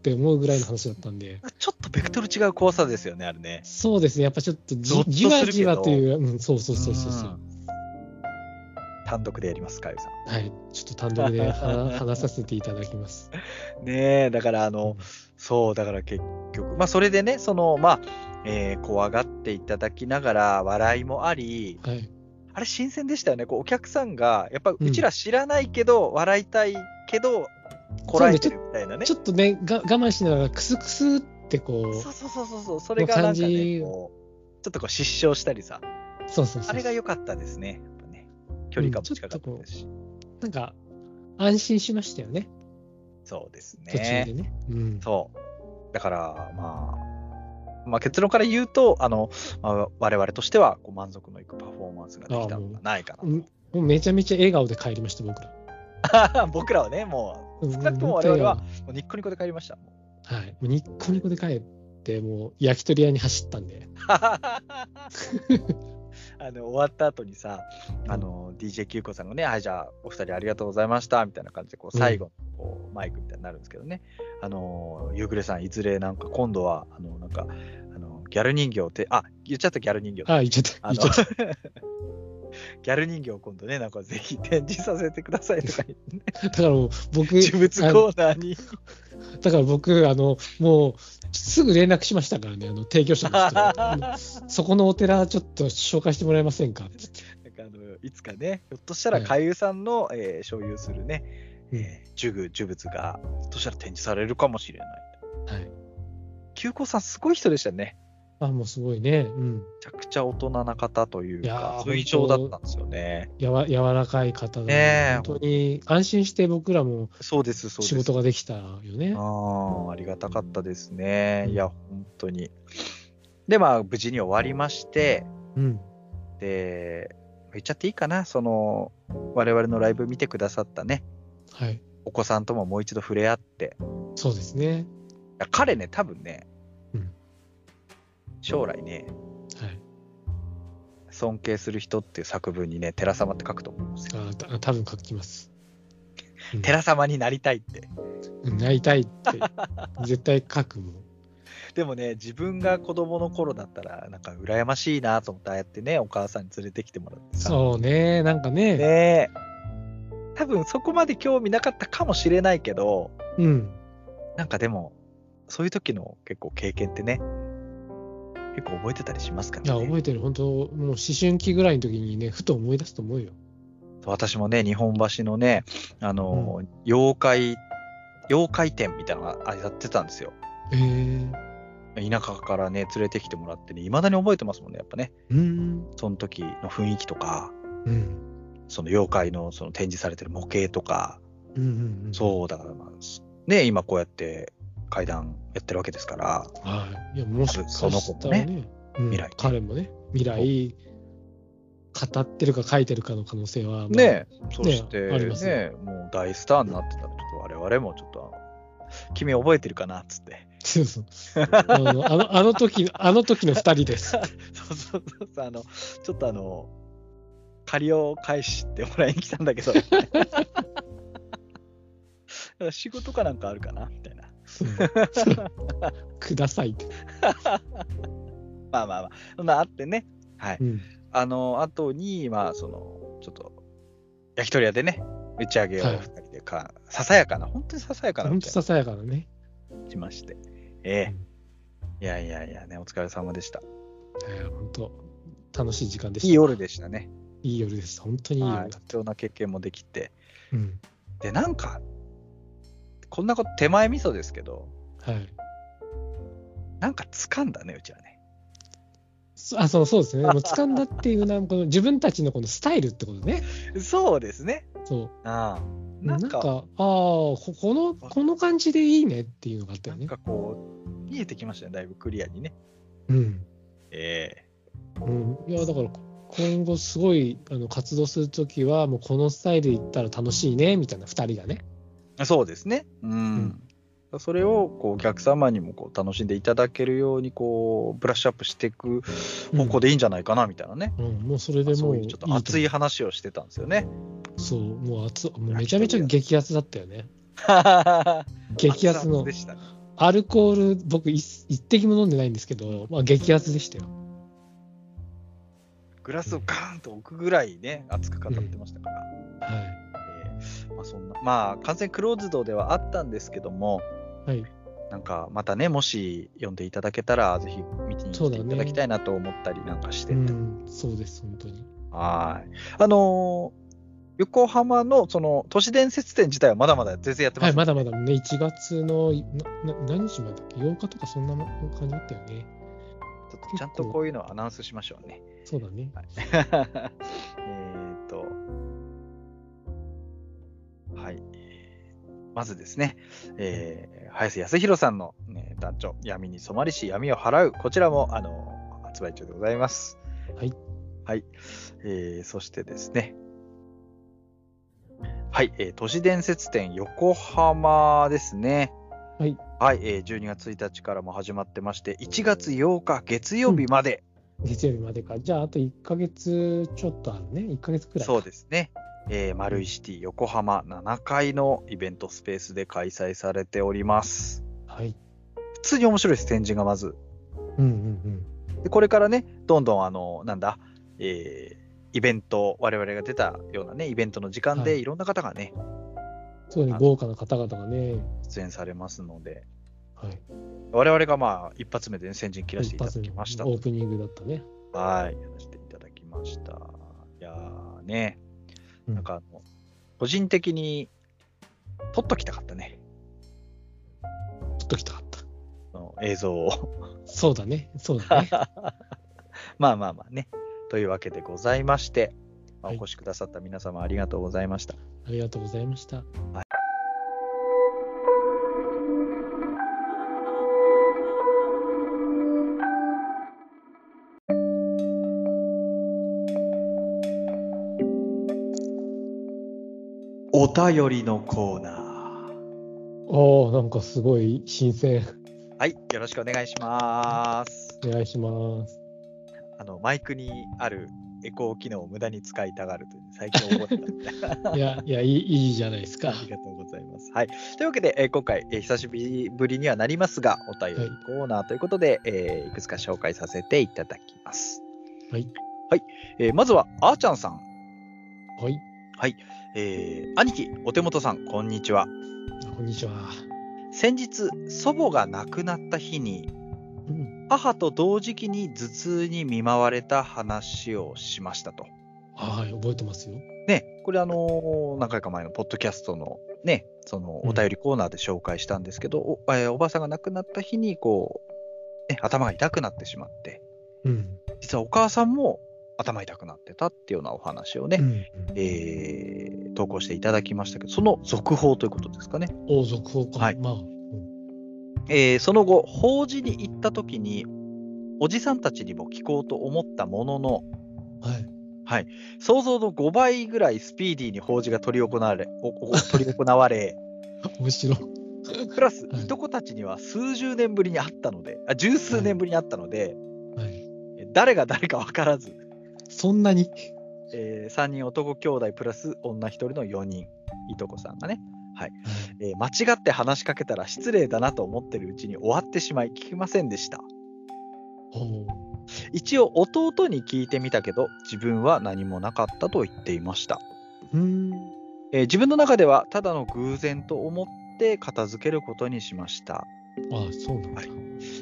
C: て思うぐらいの話だったんで、
B: ちょっとベクトル違う怖さですよね、あれね。
C: そうですね、やっぱちょっとじ
B: ゾッとす
C: じ
B: るけど
C: わじわという、うん、そうそうそうそうそう、
B: ん単独でやります、かゆさ
C: はい、ちょっと単独では話させていただきます。
B: ん。ねえ、だからあの、そう、だから結局、まあそれでね、その、まあ、えー怖がっていただきながら、笑いもあり、
C: はい、
B: あれ新鮮でしたよね、こうお客さんが、やっぱうちら知らないけど、笑いたいけど、こらえてるみたいなね。
C: ちょっとね、が我慢しながら、クスクスってこう、
B: そうそうそうそうそう、それがなんか
C: 感じ
B: ね、こうちょっとこう失笑したりさ、
C: そうそうそう
B: あれが良かったですね、やっぱね。距離感も近かったですし、
C: なんか、安心しましたよね、
B: そうです
C: 途中で
B: ね。
C: ね。うん、
B: そう。だから、まあ、まあ、結論から言うと、あの、まあ、我々としてはこう満足のいくパフォーマンスができたのではないか
C: うんもうめちゃめちゃ笑顔で帰りました、僕ら。
B: な。 僕らはね、も
C: 少
B: なくとも我々はう、もうニッコニコで帰りました。
C: はい、もうニッコニコで帰って、もう焼き鳥屋に走ったんで、
B: あの終わった後にさ、あの DJ キューコさんがね、はい、じゃあお二人ありがとうございましたみたいな感じでこう
C: うん
B: 最後のこうマイクみたいになるんですけどね、あのゆうぐれさんいずれなんか今度はあのなんかあのギャル人形ってあ言っちゃったギャル人形だ
C: あ、行っちゃった、
B: あ
C: 行っ
B: の
C: ちゃった。
B: ギャル人形を今度ねなんかぜひ展示させてくださいとか言って、ね、
C: だからもう僕、
B: 私物コーナーに
C: だから僕、あの、もう、すぐ連絡しましたからね、あの、提供者の人があの そこのお寺、ちょっと紹介してもらえませんかって言って
B: なんかあのいつかねひょっとしたら海遊さんの、えー所有するねえー呪具、呪物が、ひょっとしたら展示されるかもしれない。
C: はい。
B: 九子さん、すごい人でしたね。
C: あ、もうすごいね、うん。
B: めちゃくちゃ大人な方という
C: いや
B: か
C: ー、
B: そういう印象だったんですよね。
C: やわ、柔らかい方で、
B: ねえ
C: 本当に安心して僕らも
B: そうです、そうです。
C: 仕事ができたよね。
B: あーありがたかったですね。
C: うん
B: いや、本当に。で、まあ、無事に終わりまして、
C: うん。
B: で、言っちゃっていいかな、その、我々のライブ見てくださったね、
C: はい。
B: お子さんとももう一度触れ合って、
C: そうです
B: い
C: ね。
B: や彼ね、多分ね、
C: うん
B: 将来ね、
C: はい。
B: 尊敬する人っていう作文にね、寺様って書くと思うんですよ。
C: あた多分書きます。うん
B: 寺様になりたいって。
C: うんなりたいって、絶対書くもん。
B: でもね、自分が子供の頃だったら、なんか羨ましいなと思って、ああやってね、お母さんに連れてきてもらってさ。
C: そうね、なんかね。
B: ねえ。多分そこまで興味なかったかもしれないけど、
C: うん。
B: なんかでも、そういう時の結構経験ってね、結構覚えてたりしますか
C: いや、
B: らね。
C: 覚えてる、本当もう思春期ぐらいの時にね、ふと思い出すと思うよ。
B: 私もね、日本橋のね、あの、妖怪、妖怪店みたいなのがあやってたんですよ。
C: へえ。
B: 田舎からね、連れてきてもらってね、いまだに覚えてますもんね、やっぱね。
C: うん。
B: その時の雰囲気とか、
C: うん。
B: その妖怪のその展示されてる模型とか、
C: うんうんうん。
B: そう、だからまあ、ね、今こうやって階段やってるわけですから、
C: う。はい。いや、もしかしたら
B: そ
C: ね、うん
B: 未来
C: 彼もね、未来、語ってるか書いてるかの可能性は、まあ
B: ね、そして
C: あります
B: ね、もう大スターになってたら、ちょっと我々もちょっと、君覚えてるかなっつって。
C: そうそう。あの、あのあの時、あの時の二人です。
B: そうそうそうそう、あの、ちょっとあの、借りを返してもらいに来たんだけど、 仕事かなんかあるかなみたいな。
C: そう くださいって。
B: まあまあまあ、そんなあってね、はい。
C: うん。
B: あの後に、まあ、その、ちょっと、焼き鳥屋でね、打ち上げを
C: はい
B: 二人でか、ささやかな、本当にささやかな
C: 本
B: 打
C: 当
B: ち
C: さ
B: 上
C: さやかなね。
B: げをしまして、え
C: うん
B: えいやいやいやね、お疲れ様でした。
C: いや本当楽しい時間でした。
B: いい夜でしたね。
C: いい夜です。本当にいい夜
B: は
C: だっ
B: い
C: た。
B: 貴重な経験もできて、
C: うん。
B: で、なんか、こんなこと手前味噌ですけど、
C: はい。
B: なんか掴んだね、うちはね。
C: そあそうそう ですね、もう掴んだっていうのは、この自分たちのこのスタイルってことね。
B: そうですね。
C: そう
B: ああ
C: な
B: なんん
C: か、
B: か、
C: ああこ、この、この感じでいいねっていうのがあった
B: な
C: よ
B: ん
C: ね。
B: かこう、見えてきましたね、だいぶクリアにね。
C: うん、
B: ええ
C: うん。いや、だから、今後、すごいあの活動するときは、もうこのスタイルでいったら楽しいねみたいな、2人がね。
B: そうですね。うん。それをこうお客様にもこう楽しんでいただけるようにこうブラッシュアップしていく方向でいいんじゃないかなみたいなね。
C: うん、もうそれで
B: そ
C: も
B: う
C: う
B: いうちょっと熱い話をしてたんですよね。
C: そう、もう熱、もうめちゃめちゃ激熱だったよね。
B: 激
C: 激熱の
B: で、した。
C: アルコール、僕一、一滴も飲んでないんですけど、まあ、激アツでしたよ。
B: グラスをガーンと置くぐらいね、熱く語ってましたから。
C: は
B: えーまあ、そんな、まあ、完全クローズドではあったんですけども、
C: い。はい。
B: なんか、またね、もし読んでいただけたら、ぜひ見てに来
C: そう
B: て
C: だ
B: い
C: ね
B: ただきたいなと思ったりなんかして
C: う
B: て、
C: ん、そうです、本当に。
B: はい。あのー横浜の、その、都市伝説展自体はまだまだ全然やってま
C: はい、
B: す、
C: まだまだね、1月のなな何日までだっけ ?8 日とかそんな感じだったよね。
B: ちょっとちゃんとこういうのをアナウンスしましょうね。
C: そう だね。
B: えーっと、はい。まずですね、えー、早瀬康弘さんの、ね、団長、闇に染まりし闇を払う、こちらも、あの、発売中でございます。
C: はい。
B: はい。えー、そしてですね、はい、えー都市伝説展横浜ですね。
C: はい。
B: はい、えー、12月1日からも始まってまして、1月8日月曜日まで、
C: 月曜日までか。じゃあ、あと1ヶ月ちょっとあるね。1ヶ月くらいか。
B: そうですね。えー、丸井シティ横浜7階のイベントスペースで開催されております。
C: はい。
B: 普通に面白いです、展示がまず。
C: うんうん
B: でこれからね、どんどん、あの、なんだ、えーイベント、我々が出たようなね、イベントの時間で、
C: はい
B: いろんな方がね、
C: うん。そうね、
B: あ
C: 豪華な方々がね。
B: 出演されますので、
C: はい。
B: 我々がまあ、一発目で、ね、先陣切らせていただ
C: 一
B: きまし
C: 発
B: た
C: の。オープニングだったね。
B: はい、やらせていただきました。いやーね、
C: うん
B: なんかあの、個人的に、撮っときたかったね、
C: ちょっと来たかった。
B: その映像を。
C: そうだね。そう だね。
B: まあまあまあね。というわけでございまして、まあ
C: はい
B: お越しくださった皆様ありがとうございました。
C: ありがとうございました。
B: お便りのコーナー。
C: おー、なんかすごい新鮮。
B: はい、よろしくお願いします。
C: お願いします。
B: あの、マイクにあるエコー機能を無駄に使いたがるという、最近覚えたん で
C: いや、いや、いいいいじゃないですか
B: あ。りがとうございます。はい。というわけで、えー今回、えー久しぶりにはなりますが、お便りコーナーということで、えーいくつか紹介させていただきます。
C: はい。
B: はい。えーまずは、あーちゃんさん。
C: はい。
B: えー兄貴、お手元さん、こんにちは。
C: あこんにちは。
B: 先日祖母が亡くなった日に
C: うん。
B: 母と同時期に頭痛に見舞われた話をしましたと。
C: はい、覚えてますよ。
B: ね、これあのー何回か前のポッドキャストのね、その
C: うん
B: お便りコーナーで紹介したんですけど、おえーおばあさんが亡くなった日にこう、ね、頭が痛くなってしまって、
C: うん。
B: 実はお母さんも頭痛くなってたっていうようなお話をね、
C: うん、
B: えー投稿していただきましたけど、その続報ということですかね。
C: 王族法か。
B: はい
C: まあ、うん
B: えーその後、法事に行った時に、おじさんたちにも聞こうと思ったものの、
C: はい。
B: 想像の5倍ぐらいスピーディーに法事が執り行われ、おお執り行わ れ、
C: 面白い。
B: プラス、
C: はい
B: いとこたちには数十年ぶりに会ったので、あ十数年ぶりに会ったので、
C: はい。
B: 誰が誰か分からず、
C: そんなに。
B: え3人男兄弟プラス女1人の4人、いとこさんがね、えー間違って話しかけたら失礼だなと思ってるうちに終わってしまい、聞きませんでした。
C: お
B: 一応弟に聞いてみたけど自分は何もなかったと言っていました、
C: うん。
B: えー自分の中ではただの偶然と思って片付けることにしました、
C: あそうなんだ。
B: はい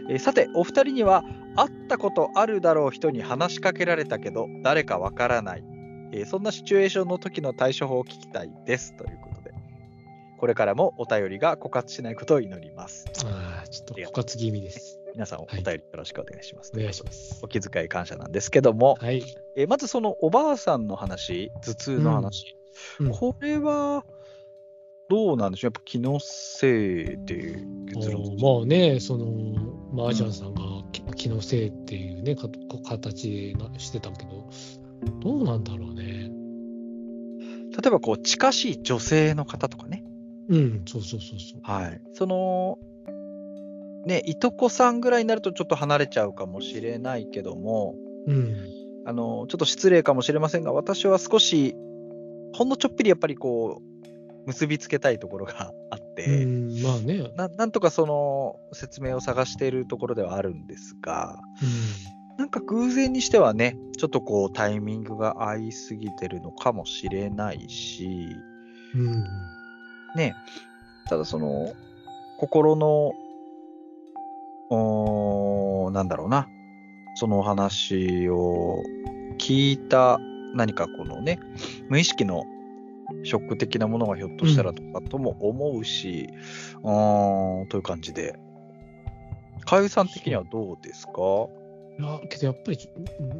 B: えーさてお二人には会ったことあるだろう人に話しかけられたけど誰かわからない、えーそんなシチュエーションの時の対処法を聞きたいですということでこれからもお便りが枯渇しないことを祈ります
C: ああ、ちょっと枯渇気味です。
B: 皆さんお便りよろしくお願いします、
C: お願いします
B: お。気遣い感謝なんですけども、
C: はい。
B: えーまずそのおばあさんの話、頭痛の話、
C: うんうん
B: これはどうなんでしょう、やっぱ気のせいで結論
C: おまあね、その、マージャンさんがき気のせいっていうね、かこ形なしてたけど、どうなんだろうね。
B: 例えばこう近しい女性の方とかね、
C: うん、そうそうそうそう。
B: はい、その、ね、いとこさんぐらいになるとちょっと離れちゃうかもしれないけども、
C: うん。
B: あのちょっと失礼かもしれませんが、私は少し、ほんのちょっぴりやっぱりこう、結びつけたいところがあっって、
C: うん、まあね。うん
B: ななんとかその説明を探しているところではあるんですが、なんか偶然にしてはね、ちょっとこうタイミングが合いすぎてるのかもしれないし、
C: うん。
B: ね、ただその、心の、おーなんだろうな、そのお話を聞いた何かこのね、無意識のショック的なものがひょっとしたらとかとも思うし、うーん、という感じで。かゆさん的にはどうですか
C: いや、けどやっぱり、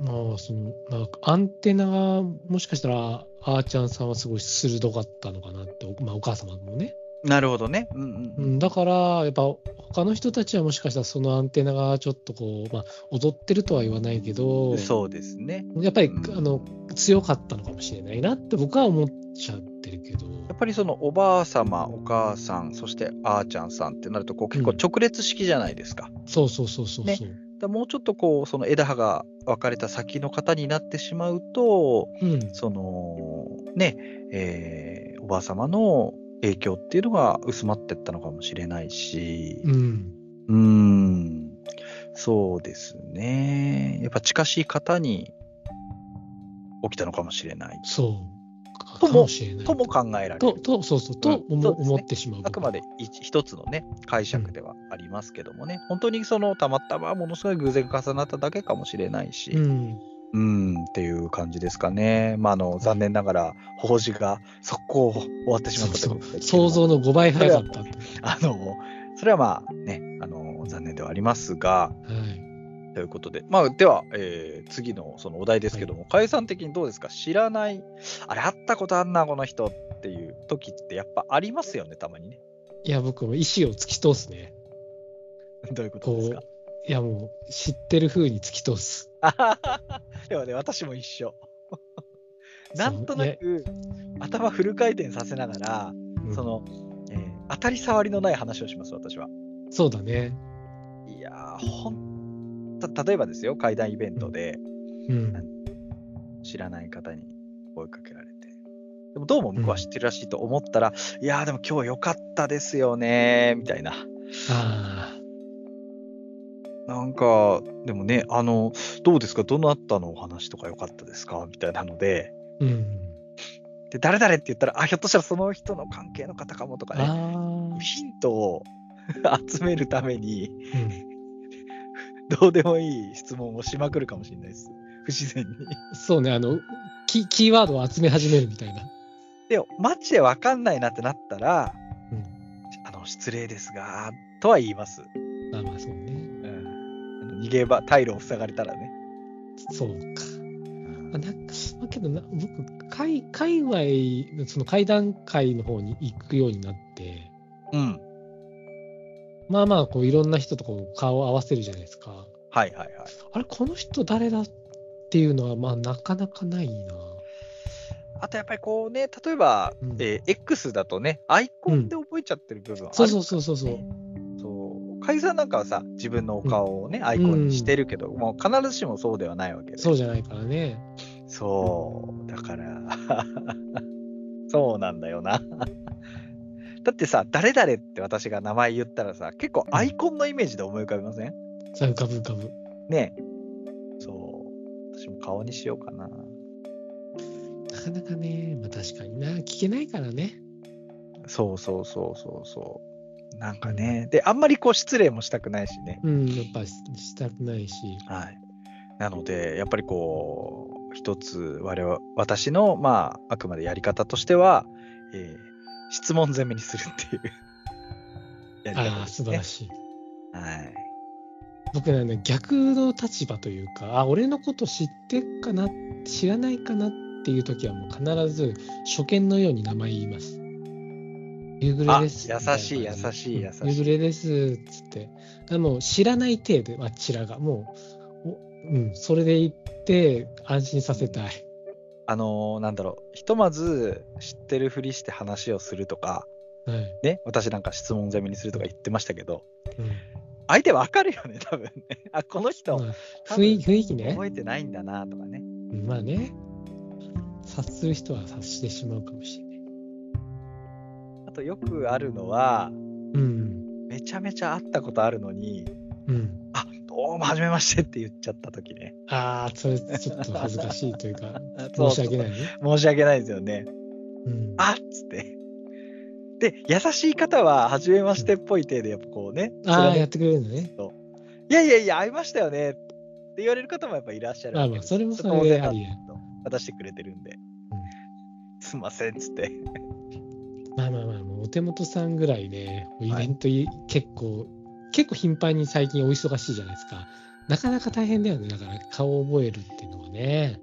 C: まあ、その、なんかアンテナが、もしかしたら、あーちゃんさんはすごい鋭かったのかなって、おまあ、お母様もね。
B: なるほどね。うんう
C: うんん、だから、やっぱ、他の人たちはもしかしたら、そのアンテナがちょっとこう、まあ、踊ってるとは言わないけ
B: う
C: ど、
B: ん。そうですね。
C: やっぱり、
B: うん
C: あの、強かったのかもしれないなって、僕は思っちゃってるけど。
B: やっぱりそのおばあ様、お母さん、そしてあーちゃんさんってなるとこう結構直列式じゃないですか。
C: そうそうそうそうそう。
B: だもうちょっとこうその枝葉が分かれた先の方になってしまうと
C: うん。
B: そのね、えーおばあ様の影響っていうのが薄まってったのかもしれないし
C: うん。
B: うーんそうですねやっぱ近しい方に起きたのかもしれない
C: そう。か
B: とも
C: かもしれない。
B: とも考えられ
C: と、
B: る
C: と、そうそう、と
B: うん
C: 思,、
B: そうですね
C: 思ってしまう。
B: あくまで一一つのね解釈ではありますけどもね本当にそのたまたまものすごい偶然重なっただけかもしれないし。
C: うん。
B: うん、っていう感じですかね。まあ、あの、残念ながら、法事が速攻終わってしま
C: そ
B: ったとい
C: う
B: うこ
C: そ
B: とで
C: う。想像の5倍早かった。は
B: あの、それはまあね、あの、残念ではありますが、
C: い。
B: ということで。まあ、では、えー次のそのお題ですけども、かゆさん的にどうですか知らない、あれ、会ったことあんな、この人っていう時って、やっぱありますよね、たまにね。
C: いや、僕も意思を突き通すね。
B: どういうこと
C: こ
B: ですか
C: う、いやもう、知ってる風に突き通す。
B: あははは でもね、私も一緒。なんとなく、頭フル回転させながら、
C: うん
B: そ、の、えー当たり障りのない話をします、私は。
C: そうだね。
B: いやー、ほんた、例えばですよ、怪談イベントで
C: うん。
B: 知らない方に声かけられて、でもどうも向こうは知ってるらしいと思ったら、いやー、でも今日良かったですよね、みたいな。
C: ああ。
B: なんか、でもね、あの、どうですか、どなたのお話とか良かったですか、みたいなので、
C: うん。
B: で、誰々って言ったら、あ、ひょっとしたらその人の関係の方かもとかね、
C: ああ。
B: ヒントを 集めるために、
C: うん。
B: どうでもいい質問をしまくるかもしれないです。不自然 に。
C: そうね、あの、キキーワードを集め始めるみたいな。
B: で、マジでわかんないなってなったら、
C: うん
B: あの、失礼ですが、とは言います。
C: まあまあ、そうね。
B: うん、あの逃げ場、退路を塞がれたらね。
C: そうか。まあ、なんか、まあ、けどな、僕、海、海外、その会談会の方に行くようになって、
B: うん。
C: まあまあ、こう、いろんな人とこう、顔を合わせるじゃないですか。
B: はいはいはい。
C: あれ、この人誰だっていうのは、まあ、なかなかないな。
B: あとやっぱりこうね、例えば、
C: うん
B: えー X だとね、アイコンで覚えちゃってる部分ある、
C: そうそうそうそうそう。
B: そう。海さんなんかはさ、自分のお顔をね、アイコンにしてるけど、もう必ずしもそうではないわけで。
C: そうじゃないからね。
B: そう、だから、 そうなんだよな。だってさ、誰々って私が名前言ったらさ、結構アイコンのイメージで思い浮かびません
C: さあ、浮かぶ浮かぶ。
B: ねえ。そう。私も顔にしようかな。
C: なかなかね、まあ確かにな、聞けないからね。
B: そうそうそうそうそう。なんかね、で、あんまりこう失礼もしたくないしね。
C: うん、やっぱししたくないし。
B: はい。なので、やっぱりこう、一つ我々、私の、まあ、あくまでやり方としては、えー質問攻めにするっていうやり
C: あ
B: 方
C: あ、
B: です
C: 素晴
B: ね
C: ら。しい。
B: はい。
C: 僕はね、逆の立場というか、あ、俺のこと知ってっかな、知らないかなっていう時は、もう必ず初見のように名前言います。夕暮れ
B: あ、優
C: です。
B: しい、優
C: い
B: しい、優
C: うん夕
B: し
C: 暮
B: い。
C: れですっつってあもう知らない体であちらがもうお、うん、それで行って安心させたい
B: あのーなんだろう、ひとまず知ってるふりして話をするとか、
C: はい、
B: ね、私なんか質問攻めにするとか言ってましたけど、
C: うん
B: 相手わかるよね、多分ね。あ、この人、
C: まあ、雰囲
B: 多分
C: 雰囲気ね
B: 覚えてないんだな、とかね。
C: うんまあね察する人は察してしまうかもしれない
B: あとよくあるのは、
C: うん。
B: めちゃめちゃ会ったことあるのに、
C: うん。
B: あどうも、はじめましてって言っちゃった時ね。
C: ああ、それちょっと恥ずかしいというか、
B: そう
C: 申し訳ないね。
B: 申し訳ないですよね。
C: うん。
B: あっつって。で、優しい方は、はじめましてっぽい体で、やっぱこうね、
C: あ
B: そ
C: あ、
B: れ
C: や
B: は
C: っ
B: ね
C: てくれるんだね。
B: いやいやいや、会いましたよねって言われる方もやっぱいらっしゃる
C: まあ
B: わけ
C: まあ、
B: です。
C: それもそれでありや。
B: 渡してくれてるんで、すんませんっつって。
C: まあまあまあ、もうお手元さんぐらいね、イベントい、結構、結構頻繁に最近お忙しいじゃないですか。なかなか大変だよね。だから顔を覚えるっていうのはね。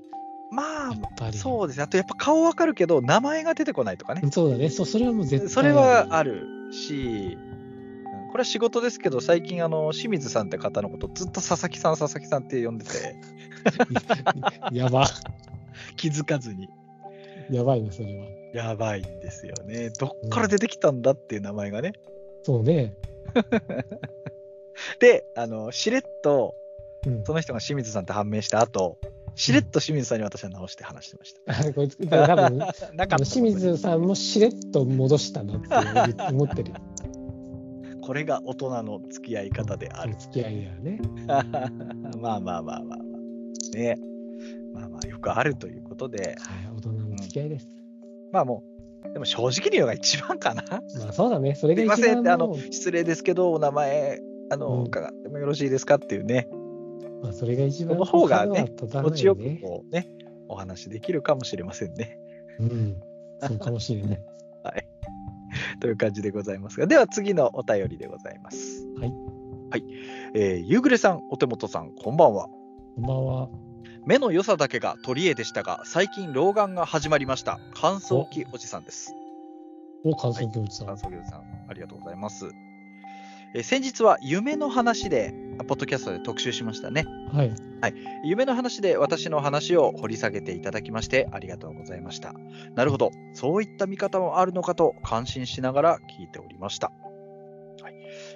B: ま
C: や
B: あ
C: っ、ぱり。
B: そうですね。あとやっぱ顔わかるけど、名前が出てこないとかね。
C: そうだね。そう、それはもう絶対。
B: それはあるし、うんこれは仕事ですけど、最近あの、清水さんって方のことずっと佐々木さん、佐々木さんって 呼んでて、
C: やば。
B: 気づかずに。
C: やばいな、それは。
B: やばいんですよね。どっから出てきたんだっていう名前がね。
C: そうね。
B: で、あの、しれっと、
C: うん。
B: その人が清水さんって判明した後、しれっと清水さんに私は直して話してまし
C: あこいつ、だから多分、あ
B: た。なか
C: の
B: った。
C: 清水さんもしれっと戻したなっていう思ってる。
B: これが大人の付き合い 方である。
C: 付き合いだよね。
B: まあまあまあまあまあ。ね。まあまあ、よくあるということで、
C: はい、大人の付き合いです。
B: まあもう、でも正直に言うのが一番かな。
C: まあそうだね。それ
B: す
C: が
B: い
C: 一
B: ま
C: 番
B: せんって、あ
C: も
B: の、
C: う
B: 失礼ですけど、お名前、あの、
C: うん
B: 伺ってもよろしいですかっていうね、
C: まあ、それが一番
B: その方がね
C: 立た
B: 気
C: な
B: 持
C: い
B: ちよ
C: よ
B: く
C: ね。
B: こうね、お話できるかもしれませんね。
C: うん。そうかもしれない。
B: という感じでございますが、では次のお便りでございます。
C: はい。
B: はい。えーゆうぐれさん、お手元さん、こんばんは。
C: こんばんは。
B: 目の良さだけが取り柄でしたが、最近老眼が始まりました。乾燥機おじさんです。
C: お、感想教授さん。
B: 乾燥機おじさん、ありがとうございます。えー先日は夢の話で、あポッドキャストで特集しましたね。
C: はい。
B: 夢の話で私の話を掘り下げていただきましてありがとうございました。なるほど、そういった見方もあるのかと感心しながら聞いておりました。はい、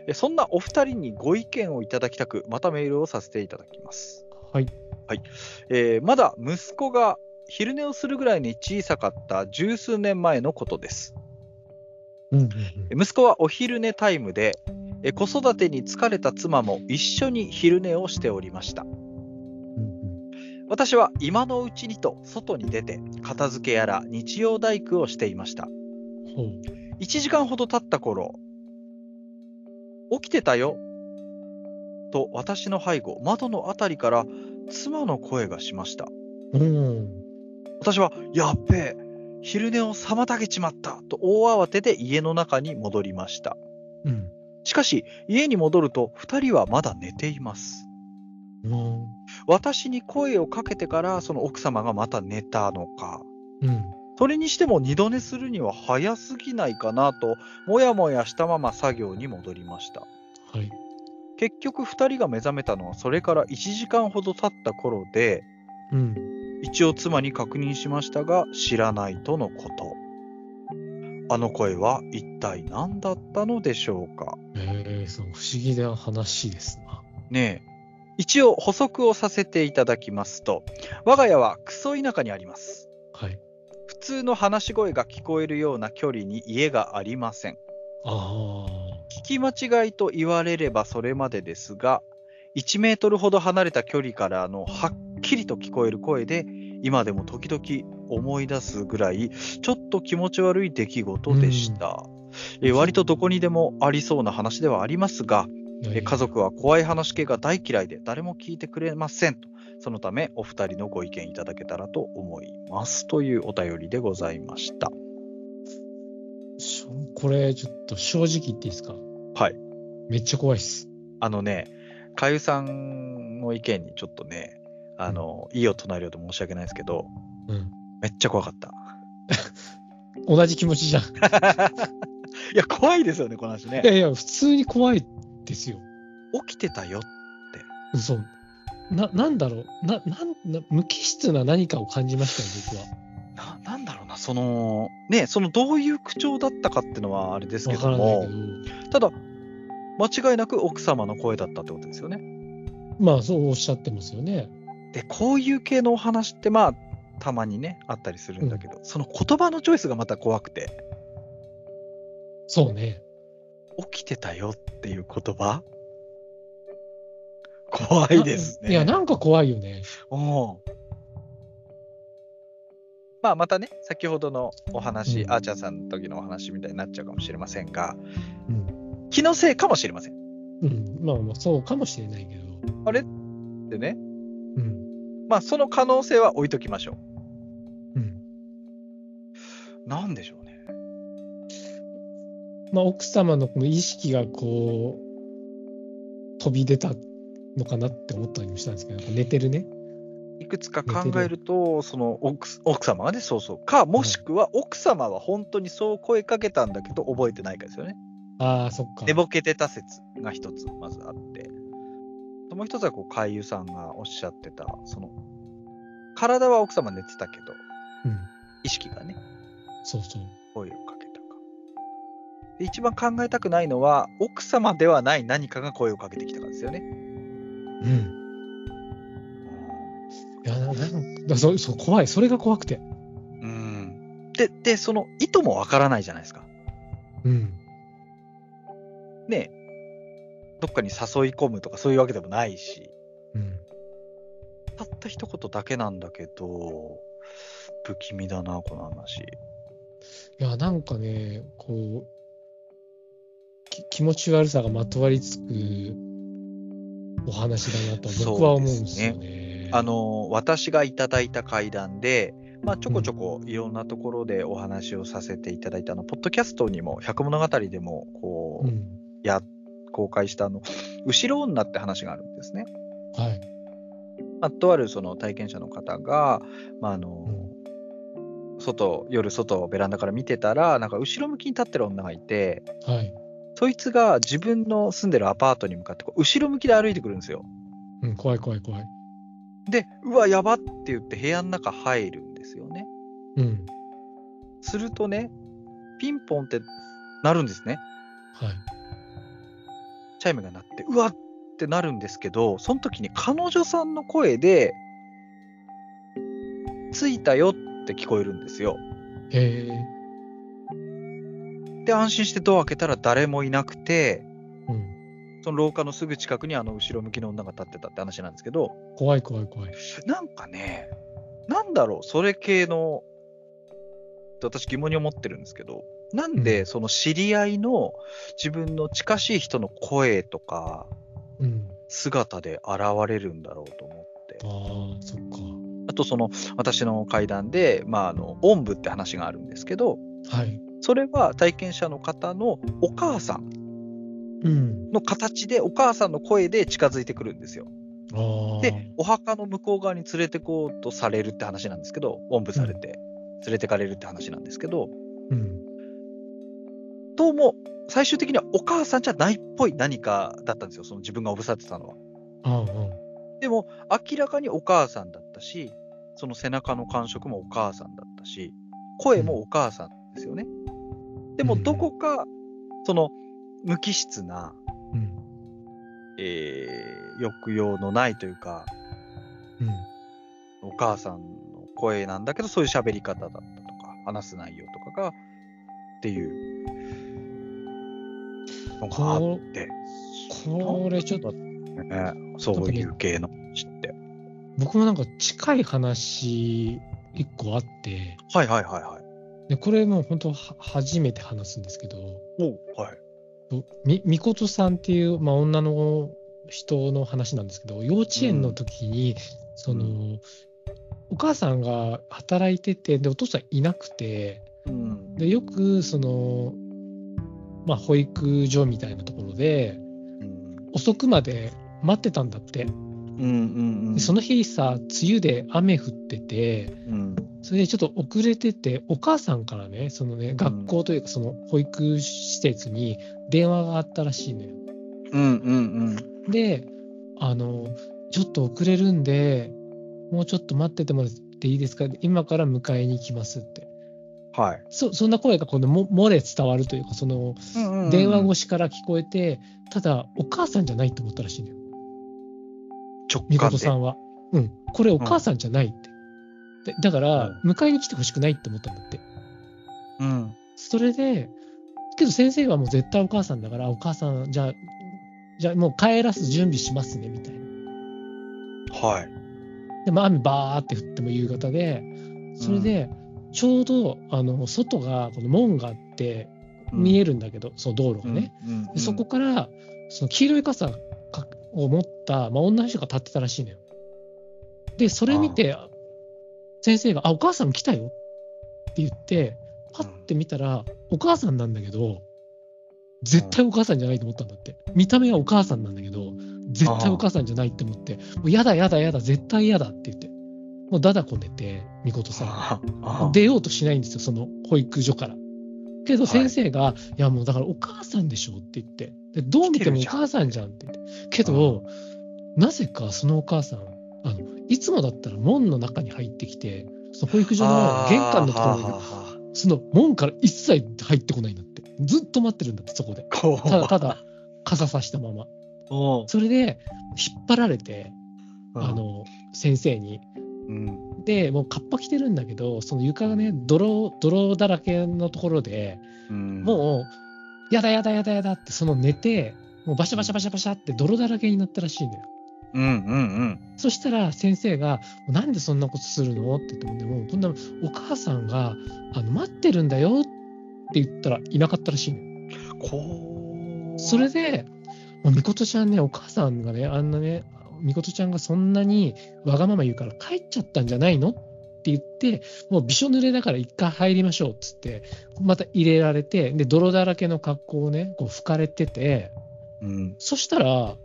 B: えそんなお二人にご意見をいただきたく、またメールをさせていただきます。
C: はい。
B: えーまだ息子が昼寝をするぐらいに小さかった十数年前のことです。
C: うんうん
B: 息子はお昼寝タイムでえ子育てに疲れた妻も一緒に昼寝をしておりました。
C: うん。
B: 私は今のうちにと外に出て片付けやら日曜大工をしていました
C: うんうん。ほう。
B: 1時間ほど経った頃起きてたよと私の背後窓のあたりから妻の声がしました
C: うん。
B: 私はやっべえ昼寝を妨げちまったと大慌てで家の中に戻りました
C: うん。
B: しかし家に戻ると2人はまだ寝ています
C: うん。
B: 私に声をかけてからその奥様がまた寝たのか
C: うん。
B: それにしても二度寝するには早すぎないかなと、もやもやしたまま作業に戻りました。
C: はい。
B: 結局2人が目覚めたのはそれから1時間ほど経った頃で、
C: うん。
B: 一応妻に確認しましたが、知らないとのこと。あの声は一体何だったのでしょうか
C: ええそう、不思議な話ですな。
B: ねえ。一応補足をさせていただきますと、我が家はクソ田舎にあります。
C: はい。
B: 普通の話し声が聞こえるような距離に家がありません。
C: あ
B: 聞き間違いと言われればそれまでですが、1メートルほど離れた距離からのはっきりと聞こえる声で、今でも時々思い出すぐらい、ちょっと気持ち悪い出来事でした。え割とどこにでもありそうな話ではありますが、
C: あ。
B: え家族は怖い話系が大嫌いで誰も聞いてくれませんと。そのため、お二人のご意見いただけたらと思います。というお便りでございました。。
C: しょ。これ、ちょっと正直言っていいですかはいめっちゃ怖いっす。
B: あのね、かゆさんの意見にちょっとね、あの、いい音なるようで申し訳ないですけど、
C: うん。
B: めっちゃ怖かった。
C: 同じ気持ちじゃん。
B: いや、怖いですよね、この話
C: いや
B: ね。
C: いや、普通に怖いですよ。
B: 起きてたよ。
C: 嘘。な、なんだろう。な、なん、な無機質な何かを感じましたよ、僕は。
B: な、なんだろうな、その、ね、そのどういう口調だったかってのはあれですけ
C: わか
B: ど
C: らな
B: も
C: いけ、
B: た
C: ど。
B: だ、間違いなく奥様の声だったってことですよね。
C: まあそうおっしゃってますよね。
B: で、こういう系のお話って、まあ、たまにね、あったりするんだけど、その言葉のチョイスがまた怖くて、
C: そうね。
B: 起きてたよっていう言葉怖いですね。
C: いや、なんか怖いよね。
B: うん。まあ、またね、先ほどのお話、
C: うん
B: あーちゃんさんの時のお話みたいになっちゃうかもしれませんが、
C: うん。
B: 気のせいかもしれません。
C: うん。まあまあ、そうかもしれないけど。
B: あれってね、
C: うん。
B: まあ、その可能性は置いときましょ
C: うん。
B: う。なんでしょうね。
C: まあ、奥様のこの意識がこう、飛び出たのかなって思ったりもしたんですけど、寝てるね。
B: いくつか考えると、その奥奥様がね、そうそう。か、もしくは奥様は本当にそう声かけたんだけど、覚えてないかですよね。
C: ああ、そっか。
B: 寝ぼけてた説が一つまずあって、もう一つはこう俳優さんがおっしゃってた、その体は奥様寝てたけど、
C: うん。
B: 意識がね、
C: そうそう。
B: 声をかけたか。で一番考えたくないのは、奥様ではない何かが声をかけてきたからですよね。
C: うん。いや、ななんだそうそう、怖い。それが怖くて。
B: うん、で、で、その意図もわからないじゃないですか。
C: うん。
B: ねえどっかに誘い込むとかそういうわけでもないし。
C: うん。
B: たった一言だけなんだけど、不気味だな、この話。
C: いや、なんかね、こう、き気持ち悪さがまとわりつくお話だなと僕は思うんですよ
B: そう
C: ね。
B: あの私がいただいた会談で、まあ、ちょこちょこいろんなところでお話をさせていただいたあの、ポッドキャストにも「百物語」でもこう、
C: うん。
B: や公開したあの「後ろ女」って話があるんですね。
C: はい。
B: まあ、とあるその体験者の方が、まああの外夜外をベランダから見てたらなんか後ろ向きに立ってる女がいて
C: はい。
B: そいつが自分の住んでるアパートに向かってこう後ろ向きで歩いてくるんですよ。
C: うん、怖い怖い怖い。
B: でうわやばって言って部屋の中入るんですよね。
C: うん。
B: するとね、ピンポンってなるんですね。
C: はい。
B: チャイムが鳴って、うわってなるんですけど、その時に彼女さんの声で、着いたよって聞こえるんですよ。
C: へえ。
B: で、安心してドア開けたら誰もいなくて、
C: うん。
B: その廊下のすぐ近くにあの後ろ向きの女が立ってたって話なんですけど、
C: 怖い怖い怖い。
B: なんかね、なんだろう、それ系の、私疑問に思ってるんですけど、なん
C: う
B: で
C: ん
B: その知り合いの自分の近しい人の声とか、
C: うん。
B: 姿で現れるんだろうと思って
C: ああ、そっ
B: あとその私の会談で、まあ、あのおんぶって話があるんですけど
C: か。はい。
B: それは体験者の方のお母さん
C: うん。
B: の形でお母さんの声で近づいてくるんですよ
C: ああ。
B: でお墓の向こう側に連れてこうとされるって話なんですけどおんぶされて連れてかれるって話なんですけど
C: うん。
B: どうも最終的にはお母さんじゃないっぽい何かだったんですよその自分がおぶされてたのは
C: ああ、
B: でも明らかにお母さんだったし、その背中の感触もお母さんだったし、声もお母さんですよね。でも
C: うん
B: どこか、その無機質な、
C: うん。
B: えー抑揚のないというか、
C: うん。
B: お母さんの声なんだけど、そういう喋り方だったとか、話す内容とかが、っていう。のがあっ
C: こ
B: て、
C: これちょっと
B: ね、そういう系の知って。
C: 僕もなんか近い話一個あって、
B: はいはいはいはい。
C: でこれもう本当は初めて話すんですけど、
B: おはい。
C: とみみことさんっていう、まあ、女の人の話なんですけど幼稚園の時に、その、
B: う
C: お母さんが働いててでお父さんいなくて
B: うん。
C: でよくその、まあ、保育所みたいなところで
B: うん。
C: 遅くまで待ってたんだって
B: うんうんうん。
C: でその日さ梅雨で雨降ってて
B: うん
C: それでちょっと遅れててお母さんからねそのね学校というかその保育施設に電話があったらしいのよ。
B: うんうん
C: で、あの、ちょっと遅れるんで、もうちょっと待っててもらっていいですか今から迎えに来ますって。
B: うん。はい。
C: そそんな声がこのも漏れ伝わるというか、その電話越しから聞こえて、ただお母さんじゃないと思ったらしいのよ、
B: 直
C: みこ
B: 感
C: と
B: で。
C: さんは。うん、これお母さんじゃないって。でだから、迎えに来てほしくないって思ったんだって。
B: うん。
C: それで、けど先生はもう絶対お母さんだから、お母さん、じゃあ、じゃあもう帰らす準備しますね、みたいな。
B: はい。
C: で、まあ雨バーって降っても夕方で、それで、ちょうど、あの、外が、この門があって、見え
B: る
C: るんだけど、その道路がね。
B: うん。
C: でそこから、その黄色い傘かを持った、まあ、女の人が立ってたらしいのよ。で、それ見て、先生が、あ、お母さん来たよって言って、パッて見たら、お母さんなんだけど、絶対お母さんじゃないと思ったんだって。見た目はお母さんなんだけど、絶対お母さんじゃないって思って、もうやだやだやだ、絶対やだって言って、もうだだこねて、みことさんが。
B: ああ
C: 出ようとしないんですよ、その保育所から。け
B: は
C: ど
B: い
C: 先生が、い、やもうだからお母さんでしょって言って、でどう見てもお
B: 来てるじゃん
C: 母さんじゃんって言って。けど、なぜかそのお母さん、あのいつもだったら門の中に入ってきて、その保育所の玄関のところにいる
B: あー
C: その門から一切入ってこないんだって。ずっと待ってるんだって、そこで。
B: こう
C: ただただ、傘さしたまま。
B: うん
C: それで、引っ張られて、あの、先生に、
B: うん
C: でもうカッパ着てるんだけどその床がね泥泥だらけのところで
B: うん
C: もう「やだやだやだやだ」ってその寝てもうバシャバシャバシャバシャって泥だらけになったらしいんだよ
B: うんうん
C: そしたら先生が「なんでそんなことするの?」って言ってもでもこんなお母さんがあの待ってるんだよって言ったらいなかったらしいのよ
B: うんこう
C: それでもうみことちゃんねお母さんがねあんなねみことちゃんがそんなにわがまま言うから帰っちゃったんじゃないのって言ってもうびしょ濡れだから一回入りましょうっつってまた入れられてで泥だらけの格好をねこう拭かれてて
B: うん
C: そしたら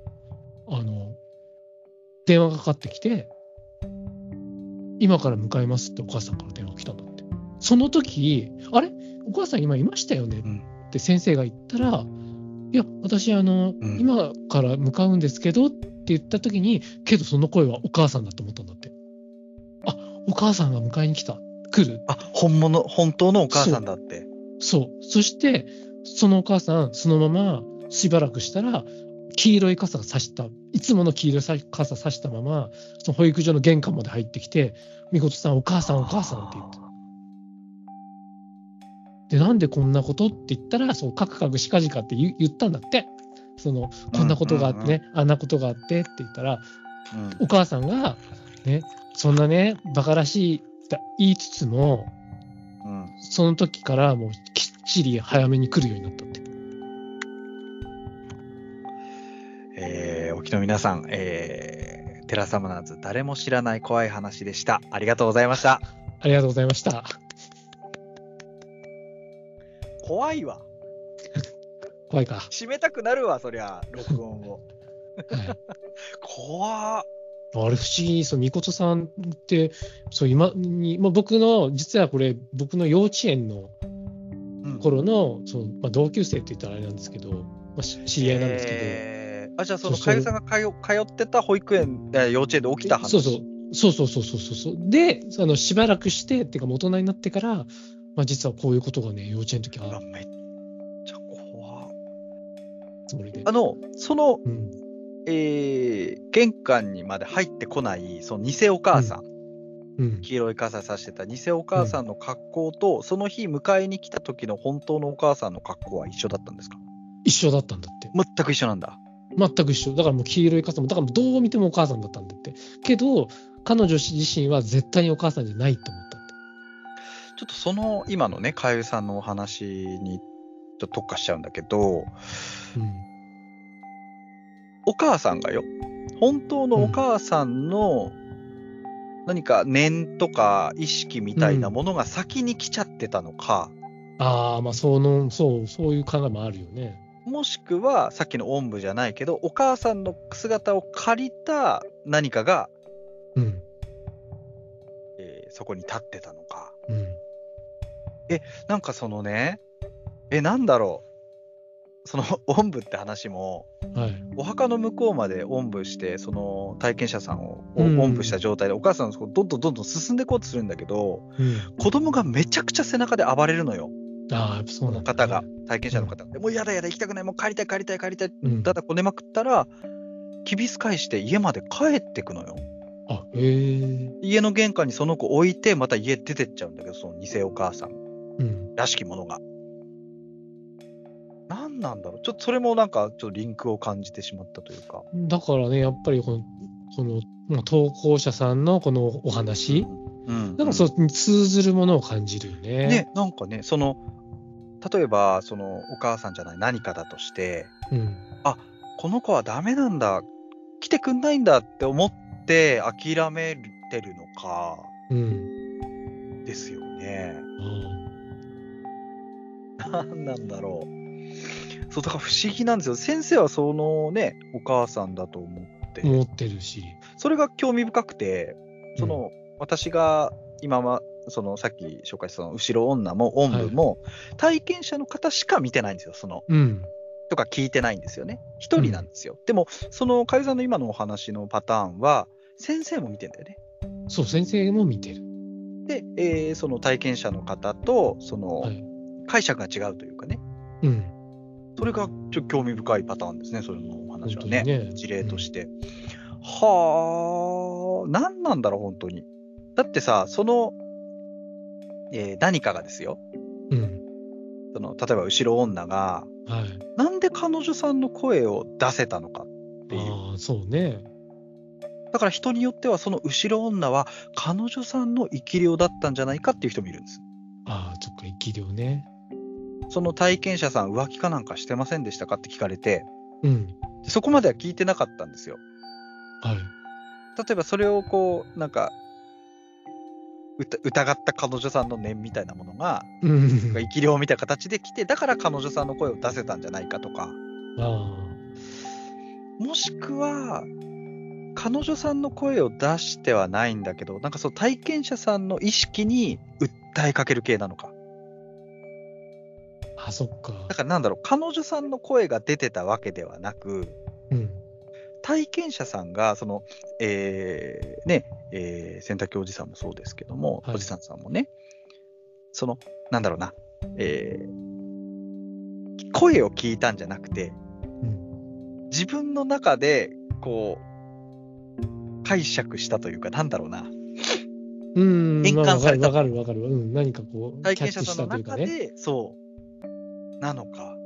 C: あの電話がかかってきて今から向かいますってお母さんから電話来たんだってその時あれお母さん今いましたよね
B: うん
C: って先生が言ったらいや私あの、
B: うん
C: 今から向かうんですけどって言った時にけどその声はお母さんだと思ったんだってあお母さんが迎えに来た来る
B: あ本物本当のお母さんだって
C: そう。そして、そのお母さん、そのまましばらくしたら、黄色い傘が差した、いつもの黄色いさ傘差したまま、その保育所の玄関まで入ってきて、みことさん、お母さん、お母さんって言って。で、なんでこんなことって言ったら、そう、カクカクしかじかって言う言ったんだって。その、こんなことがあってね、あんなことがあってって言ったら、
B: うん
C: お母さんが、ね、そんなね、バカらしいって言いつつも、
B: うん
C: その時からもうきっちり早めに来るようになったって。
B: えー沖の皆さんえーテラサムナーズ誰も知らない怖い話でしたありがとうございました
C: ありがとうございました。
B: 怖いわ
C: 怖いか。は
B: 閉めたくなるわそりゃ録音を
C: い、
B: 怖っ
C: あれ不思議、そう、みことさんって、そう、今に、まあ、僕の、実はこれ、僕の幼稚園の
B: うん
C: 頃の、そうまあ、同級生って言ったらあれなんですけど、まあ、し知り合いなんですけど、
B: えーあじゃあその
C: そ
B: か
C: うそう
B: ゆさんが通通ってた保育園、えー幼稚園で起きた話
C: そうそう。そうそうそうそうそうそう。で、あのしばらくして、っていうか、もう大人になってから、まあ、実はこういうことがね、幼稚園の時
B: うわ
C: は
B: めっちゃ怖っ
C: つもりで
B: あ。のその、
C: うん。
B: えー玄関にまで入ってこないその偽お母さん、
C: うん。
B: 黄色い傘さしてた偽お母さんの格好と、その日迎えに来た時の本当のお母さんの格好は一緒だったんですか
C: 一緒だったんだって。
B: 全く一緒なんだ
C: 全く一緒。だからもう黄色い傘も、だからもうどう見てもお母さんだったんだって。けど、彼女自身は絶対にお母さんじゃないと思ったんだっ
B: ちょっとその今のねかゆさんのお話にちょっと特化しちゃうんだけど
C: て。
B: お母さんがよ本当のお母さんの何か念とか意識みたいなものが先に来ちゃってたのか、
C: うん。ああ、まあ、その、そう、そういう考えもあるよね。
B: もしくはさっきのおんぶじゃないけどお母さんの姿を借りた何かが、
C: うん。
B: えーそこに立ってたのか
C: うん。
B: なんかそのねえなんだろうそのおんぶって話も
C: はい。
B: お墓の向こうまでおんぶしてその体験者さんをお,、
C: うん
B: んぶした状態でお母さんのとこどんどんどんどん進んでいこうとするんだけど
C: うん。
B: 子供がめちゃくちゃ背中で暴れるのよ
C: ああ、やっぱそう
B: こ
C: な
B: の
C: んだ、
B: 方が。体験者の方が、でもうやだやだ行きたくないもう帰りたい帰りたい帰りたい
C: うん
B: ただこねまくったらきびす返して家まで帰ってくのよ
C: あ、へえ。
B: 家の玄関にその子置いてまた家出てっちゃうんだけどその偽お母さん
C: うん。
B: らしきものが何なんだろうちょっとそれもなんかちょっとリンクを感じてしまったというか。
C: だからね、やっぱりこの、この、まあ、投稿者さんのこのお話、
B: うん、
C: なんかそう、通ずるものを感じるよね。
B: ね、なんかね、その、例えば、その、お母さんじゃない何かだとして、
C: うん。
B: この子はダメなんだ、来てくんないんだって思って諦めてるのか、
C: うん。
B: ですよね。
C: あ
B: 何なんだろう。そう、だから不思議なんですよ。先生はそのね、お母さんだと思って
C: あ、持ってるし。
B: それが興味深くて、その、私が今は、そのさっき紹介したその後ろ女も音部も、体験者の方しか見てないんですよ、その
C: うん。
B: とか聞いてないんですよね。一人なんですよ。でも、そのかゆさんの今のお話のパターンは、先生も見てんだよね。
C: そう、先生も見てる。
B: で、えーその体験者の方と、その
C: はい。
B: 解釈が違うというかね、
C: うん。
B: それがちょっと興味深いパターンですね、それのお話はね。
C: 本当にね
B: 事例として。はあ、何なんだろう、本当に。だってさ、その、えー何かがですよ、
C: うん。
B: その例えば後ろ女が、
C: はい。
B: なんで彼女さんの声を出せたのかっていう。
C: ああ、そうね。
B: だから人によってはその後ろ女は彼女さんの生き量だったんじゃないかっていう人もいるんです。
C: ああ、そっか、生き量ね。
B: その体験者さん浮気かなんかしてませんでしたかって聞かれて、
C: うん。
B: そこまでは聞いてなかったんですよ。
C: はい。
B: 例えばそれをこう、なんか、うた疑った彼女さんの念みたいなものが、
C: うん。
B: 生き量みたいな形で来て、だから彼女さんの声を出せたんじゃないかとか、
C: あ
B: もしくは、彼女さんの声を出してはないんだけど、なんかその体験者さんの意識に訴えかける系なのか。
C: あ、あ、そっか
B: だ。からなんだろう、彼女さんの声が出てたわけではなく、
C: うん。
B: 体験者さんが、その、えーね、えー洗濯機おじさんもそうですけども、
C: はい
B: おじさんさんもね、その、なんだろうな、えー声を聞いたんじゃなくて、
C: うん。
B: 自分の中で、こう、解釈したというか、なんだろうな、
C: うん。
B: 変換された
C: まあわかるわかるわかる。うん。何かこう、
B: 体
C: キ
B: 験
C: ャッ
B: 者
C: チし
B: さ
C: た
B: ん
C: と
B: の
C: いうか
B: 中
C: ね。
B: で、そう、なのか、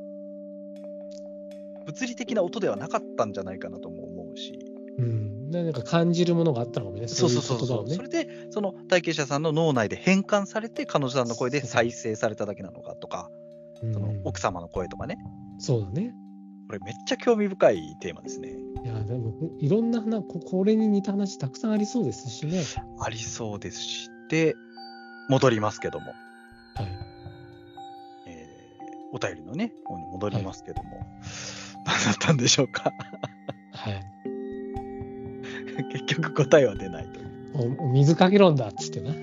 B: 物理的な音ではなかったんじゃないかなとも思うし、
C: うん。なんか感じるものがあったのかもね。
B: そう
C: い
B: そうそう
C: 言葉
B: そ
C: を
B: う、
C: ね
B: それ。でその体験者さんの脳内で変換されて彼女さんの声で再生されただけなのかとか、
C: うん
B: その奥様の声とかね
C: そうだね。
B: これめっちゃ興味深いテーマですね
C: いや、でも、いろんな話、ここれに似た話たくさんありそうですしね。
B: ありそうですしで戻りますけども、
C: はい。
B: えーお便りのね方に戻りますけども、 何だったんでしょうか
C: はい。
B: 結局答えは出ないという
C: おお水かけろんだっつってな。
B: い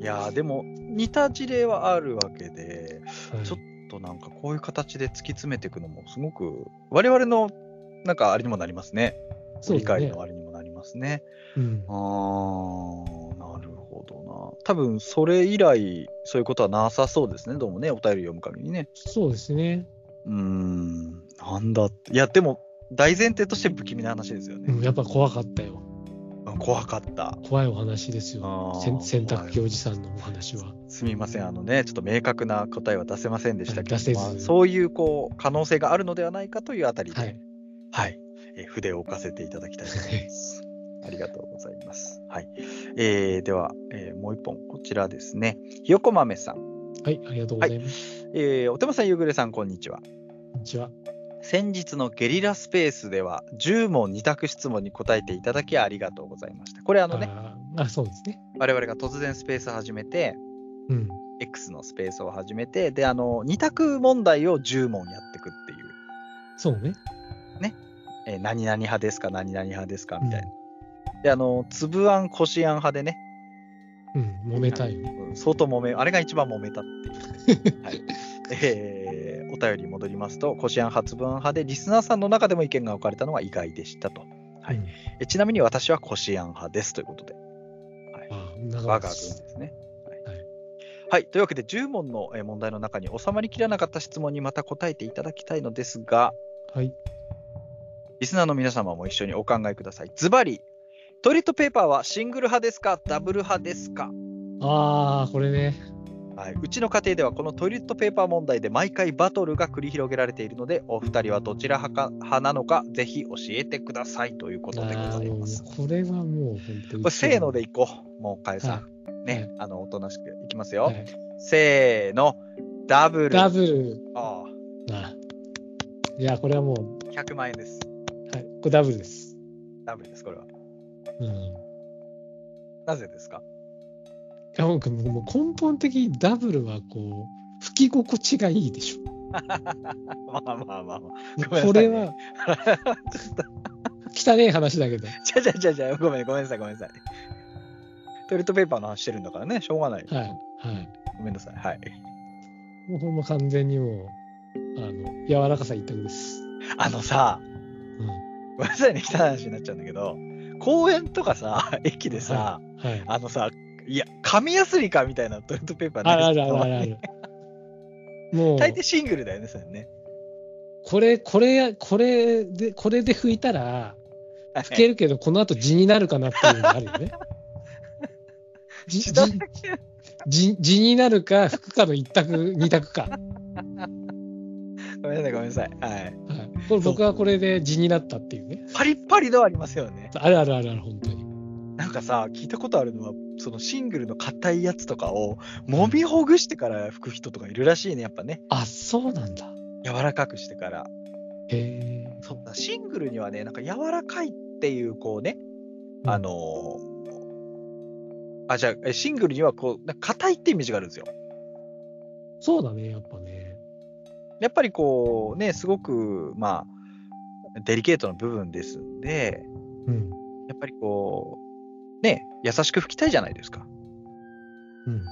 B: やーでも似た事例はあるわけで
C: はい
B: ちょっとなんかこういう形で突き詰めていくのもすごく我々のなんかあれにもなりますね
C: そう
B: 理
C: だ
B: 解
C: ね
B: のあれにもなりますね。
C: うん
B: ああーなるほどな。多分それ以来そういうことはなさそうですね、どうもね、お便り読む限りね。
C: そうですね。
B: うーん、なんだって。いや、でも大前提として不気味な話ですよ
C: うん
B: ね。
C: やっぱ怖かったよ。
B: うん怖かった。
C: 怖いお話です
B: あ
C: よ。
B: ー
C: せん洗濯機おじさんのお話は。
B: すみません、あのね、ちょっと明確な答えは出せませんでしたけど、
C: 出せず
B: まあそういうこう可能性があるのではないかというあたりで、
C: は
B: はいい。えー筆を置かせていただきたいと思い ます。ありがとうございます。はいえー、では、えーもう一本、こちらですね。ひよこ豆さん。
C: はい、ありがとうございます。
B: えー、お手間さん、ゆぐれさん、こんにちは。
C: こんにちは。
B: 先日のゲリラスペースでは、10問2択質問に答えていただきありがとうございました。これ、あのね、
C: あーあ、そうですね。
B: 我々が突然スペース始めて、
C: うん。
B: X のスペースを始めて、で、あの、2択問題を10問やっていくっていう、
C: そうね。
B: えー何々派ですか、何々派ですか、
C: うん
B: みたいな。で、あの、つぶあん、こしあん派でね、
C: うん、揉めたいよね。
B: うん相当揉め、あれが一番揉めたって いう。はいえーお便りに戻りますと、こしあん発分派で、リスナーさんの中でも意見が分かれたのは意外でしたと。はい
C: うん。
B: えちなみに私はこしあん派ですということで、
C: あー長
B: 我が
C: か
B: 軍
C: っ
B: ですね。は
C: はい
B: い、はい、というわけで、10問のえー問題の中に収まりきらなかった質問にまた答えていただきたいのですが、
C: たはい。
B: リスナーの皆様も一緒にお考えください。ズバリ、トイレットペーパーはシングル派ですか、ダブル派ですか
C: ああ、これね。
B: はいうちの家庭ではこのトイレットペーパー問題で毎回バトルが繰り広げられているのでお二人はどちら派か派なのかぜひ教えてくださいということでございます。
C: あ
B: こ
C: ーもうこれはもう本当に。
B: れせーのでいこう。もうカエルさ
C: は
B: ん。ね、あのおとなしくいきますよ。
C: はい
B: せーの、ダブル。
C: ダブル。
B: あ
C: あいや、これはもう、
B: あ100万円です。
C: はい、これダブルです。
B: ダブルです、これは。
C: うん。
B: なぜですか
C: いや、僕もう根本的にダブルはこう、吹き心地がいいでしょ。
B: まあまあまあまあ。ごめんなさいね
C: こ れは、汚い話だけど。
B: じゃじゃじゃじゃ、ごめん、ごめんなさい、ごめんなさい。トイレットペーパーの話してるんだからね、しょうがない。
C: はい。はい。
B: ごめんなさい。はい。
C: もうほんま完全にもう、あの、柔らかさ一択です。
B: あのさ、
C: うん。
B: ごめんなさいね、汚い話になっちゃうんだけど、公園とかさ、 駅でさ、
C: はい。
B: あのさ、いや、紙やすりかみたいなトイレットペーパー
C: あるあ
B: ない
C: るあるあるある。もう、
B: 大抵シングルだよね、それね。
C: これ、これ、これで、これで拭いたら、拭けるけど、この後地になるかなっていうのがあるよ ね。じ
B: 血
C: じ
B: だら
C: じ地になるか、拭くかの一択、二択か。はい。
B: ごめんなさい、ごめんなさい。はい。
C: これ僕はこれで地になったっていうね。
B: パリッパリのありますよね。
C: あるあるあるある、本当に。
B: なんかさ、聞いたことあるのは、そのシングルの硬いやつとかを、揉みほぐしてから拭く人とかいるらしいね、やっぱね。
C: あ、そうなんだ。
B: 柔らかくしてから。
C: へえ。
B: そうだシングルにはね、なんか柔らかいっていう、こうね、あのーあ、じゃあ、えシングルにはこう、なんか硬いってイメージがあるんですよ。
C: そうだね、やっぱね。
B: やっぱりこう、ね、すごく、まあ、デリケートな部分ですんで、
C: うん。
B: やっぱりこう、ね、優しく拭きたいじゃないですか。
C: うん。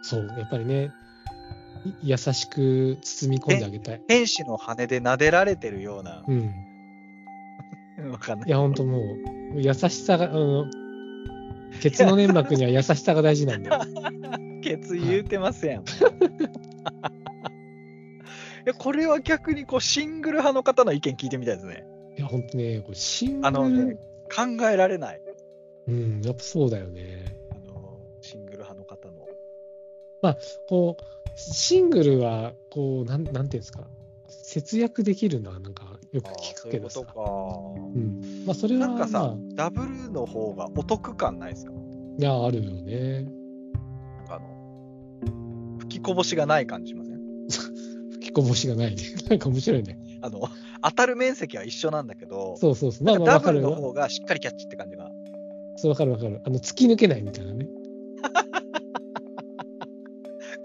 C: そう、やっぱりね、い優しく包み込んであげたい。
B: 天使の羽で撫でられてるような、
C: うん。
B: わかんない
C: いや、本当もう、優しさが、あの、鉄の粘膜には優しさが大事なんだよ。
B: ケツ言うてますやん。い やこれは逆にこうシングル派の方の意見聞いてみたいですね。
C: いや、本当ね、こうシングル、
B: あのね、考えられない。
C: うん、やっぱそうだよね。
B: あのシングル派の方の。
C: こう、シングルは、こう、なん、なんていうんですか、節約できるのは、なんか、よく
B: あー
C: 聞
B: そ
C: く
B: うい
C: け
B: うこ
C: どさ。
B: と
C: う
B: か。
C: ん。まあ、それは、
B: なんかさ
C: まあ、
B: ダブルの方がお得感ないですか
C: いや、あるよね。
B: なんかあの、吹きこぼしがない感じしません
C: 吹きこぼしがないね。なんか面白いね。
B: あの、当たる面積は一緒なんだけど、
C: そうそうそう。まあまあ、
B: ダ
C: わ
B: ブ
C: か
B: ル
C: る
B: の
C: よ。
B: 方がしっかりキャッチって感じが。
C: そう、わかるわかる。あの、突き抜けないみたいなね。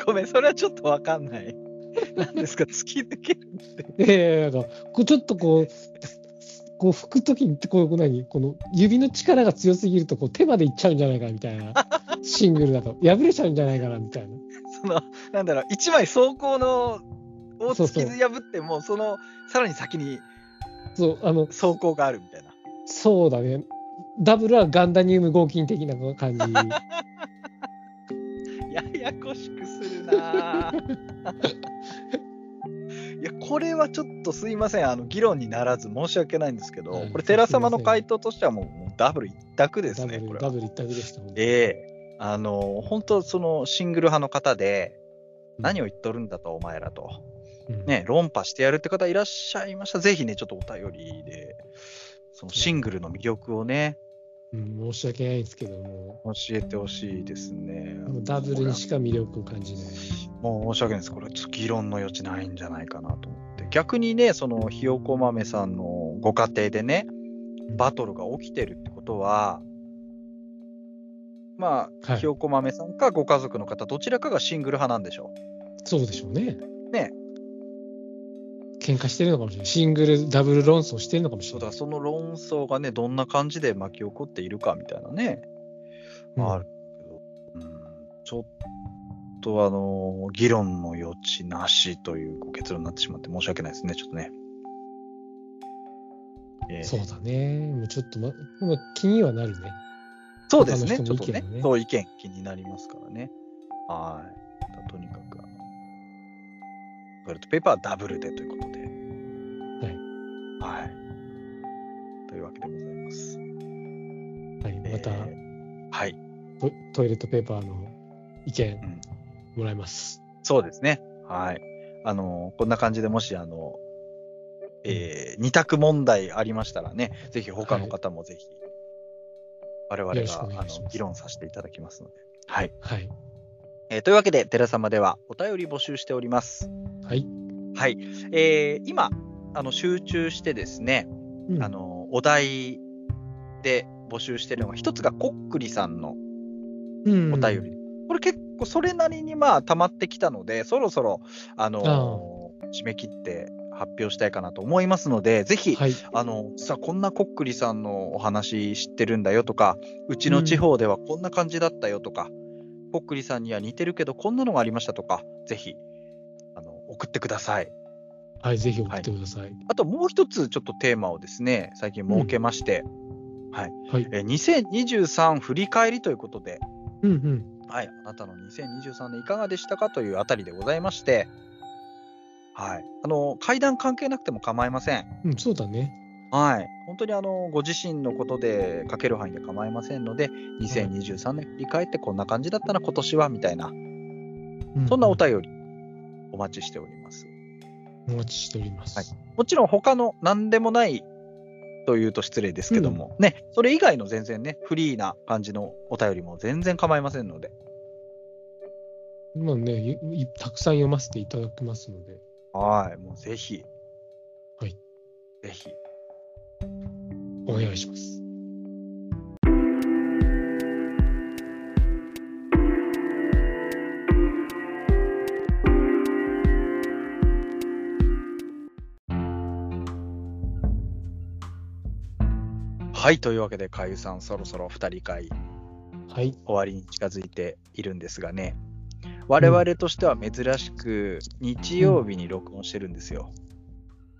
B: ごめん、それはちょっとわかんない。 なんですか、突き抜けるって。
C: で、なんか、こうちょっとこう、こう拭くときに、こう、何、この指の力が強すぎると、こう手までいっちゃうんじゃないかみたいな、シングルだと、破れちゃうんじゃないかなみたいな。
B: その、なんだろう、一枚走行の、を
C: そう
B: 突
C: そう
B: き破っても、その、さらに先に
C: そう、あの、
B: 走行があるみたいな。
C: そうだね。ダブルはガンダニウム合金的な感じ。
B: ややこしくする なぁいやこれはちょっとすいませんあの議論にならず申し訳ないんですけど、
C: はい
B: これ寺様の回答としてはもうもうダブル一択です
C: ダブ
B: ねこ
C: ル、
B: れ
C: ダ
B: は
C: ブル一択でしたもんね。
B: であの本当そのシングル派の方で何を言っとるんだとお前らと
C: うん
B: ね論破してやるって方いらっしゃいましたらぜひねちょっとお便りでそのシングルの魅力をね
C: うん申し訳ないですけども、
B: 教えてほしいですね
C: もうダブルにしか魅力を感じない。
B: もう申し訳ないです。これはちょっと議論の余地ないんじゃないかなと思って。逆にね、そのひよこ豆さんのご家庭でね、バトルが起きてるってことは、まあ、
C: はい
B: ひよこ豆さんかご家族の方、どちらかがシングル派なんでしょ
C: そうでしょうね。
B: ね
C: 喧嘩してるのかもしれない。シングル、ダブル論争してるのかも
B: う。
C: し
B: そ
C: れ
B: う
C: ない
B: だ、。その論争がね、どんな感じで巻き起こっているかみたいなね、
C: うん
B: あるけど、うん、ちょっとあの、議論の余地なしというご結論になってしまって申し訳ないですね、ちょっとね。えー
C: そうだね。もうちょっと、ま、まあ気にはなるね。
B: そうですね、
C: 他
B: ちょ
C: の
B: っ
C: 人の
B: と
C: 意見
B: ね
C: をね
B: そう意見気になりますからね。はい。とにかく、あの、トイレットペーパーはダブルでということで。はい。というわけでございます。
C: はい、また、
B: えーはい。
C: トトイレットペーパーの意見、
B: ん
C: もらいます。
B: そうですね。はい。あの、こんな感じでもし、あの、えー、二択問題ありましたらね、ぜひ他の方もぜひ、我々
C: よろしくお願
B: があ
C: いします
B: の議論させていただきますので。はい。
C: はい。
B: えーというわけで、寺様ではお便り募集しております。
C: はい。
B: はい。えー今、あの、集中してですね、
C: うん
B: あ、の、お題で募集してるのが、一つがこっくりさんの
C: うん
B: お便り。これ結構それなりにまあ溜まってきたので、そろそろ、あのー締め切って発表したいかなと思いますので、ぜひ、
C: はい。
B: あの、さあ、こんなこっくりさんのお話知ってるんだよとか、うちの地方ではこんな感じだったよとか、こっくりさんには似てるけどこんなのがありましたとか、ぜひ、あの、送ってください。
C: はい。ぜひ送ってください。
B: あともう一つちょっとテーマをですね、最近設けまして、はい。
C: はい
B: えー2023振り返りということで、
C: うんうん。
B: はい、あなたの2023年いかがでしたかというあたりでございまして、はい、あの階段関係なくても構いません。
C: うん、そうだね。
B: はい、本当にあのご自身のことで書ける範囲で構いませんので、2023年振り返ってこんな感じだったな、今年はみたいな、
C: う
B: そんなお便りお待ちしております。
C: お待ちしております。
B: はいもちろん他の何でもないというと失礼ですけども、ね、それ以外の全然ね、フリーな感じのお便りも全然構いませんので、
C: まあね、いいたくさん読ませていただきますので。
B: はい、もうぜひ、
C: はい、
B: ぜひ。
C: お願いします。
B: はい、というわけで、かゆさん、そろそろ2人会
C: はい。
B: 終わりに近づいているんですがね、我々としては珍しく、日曜日に録音してるんですよ。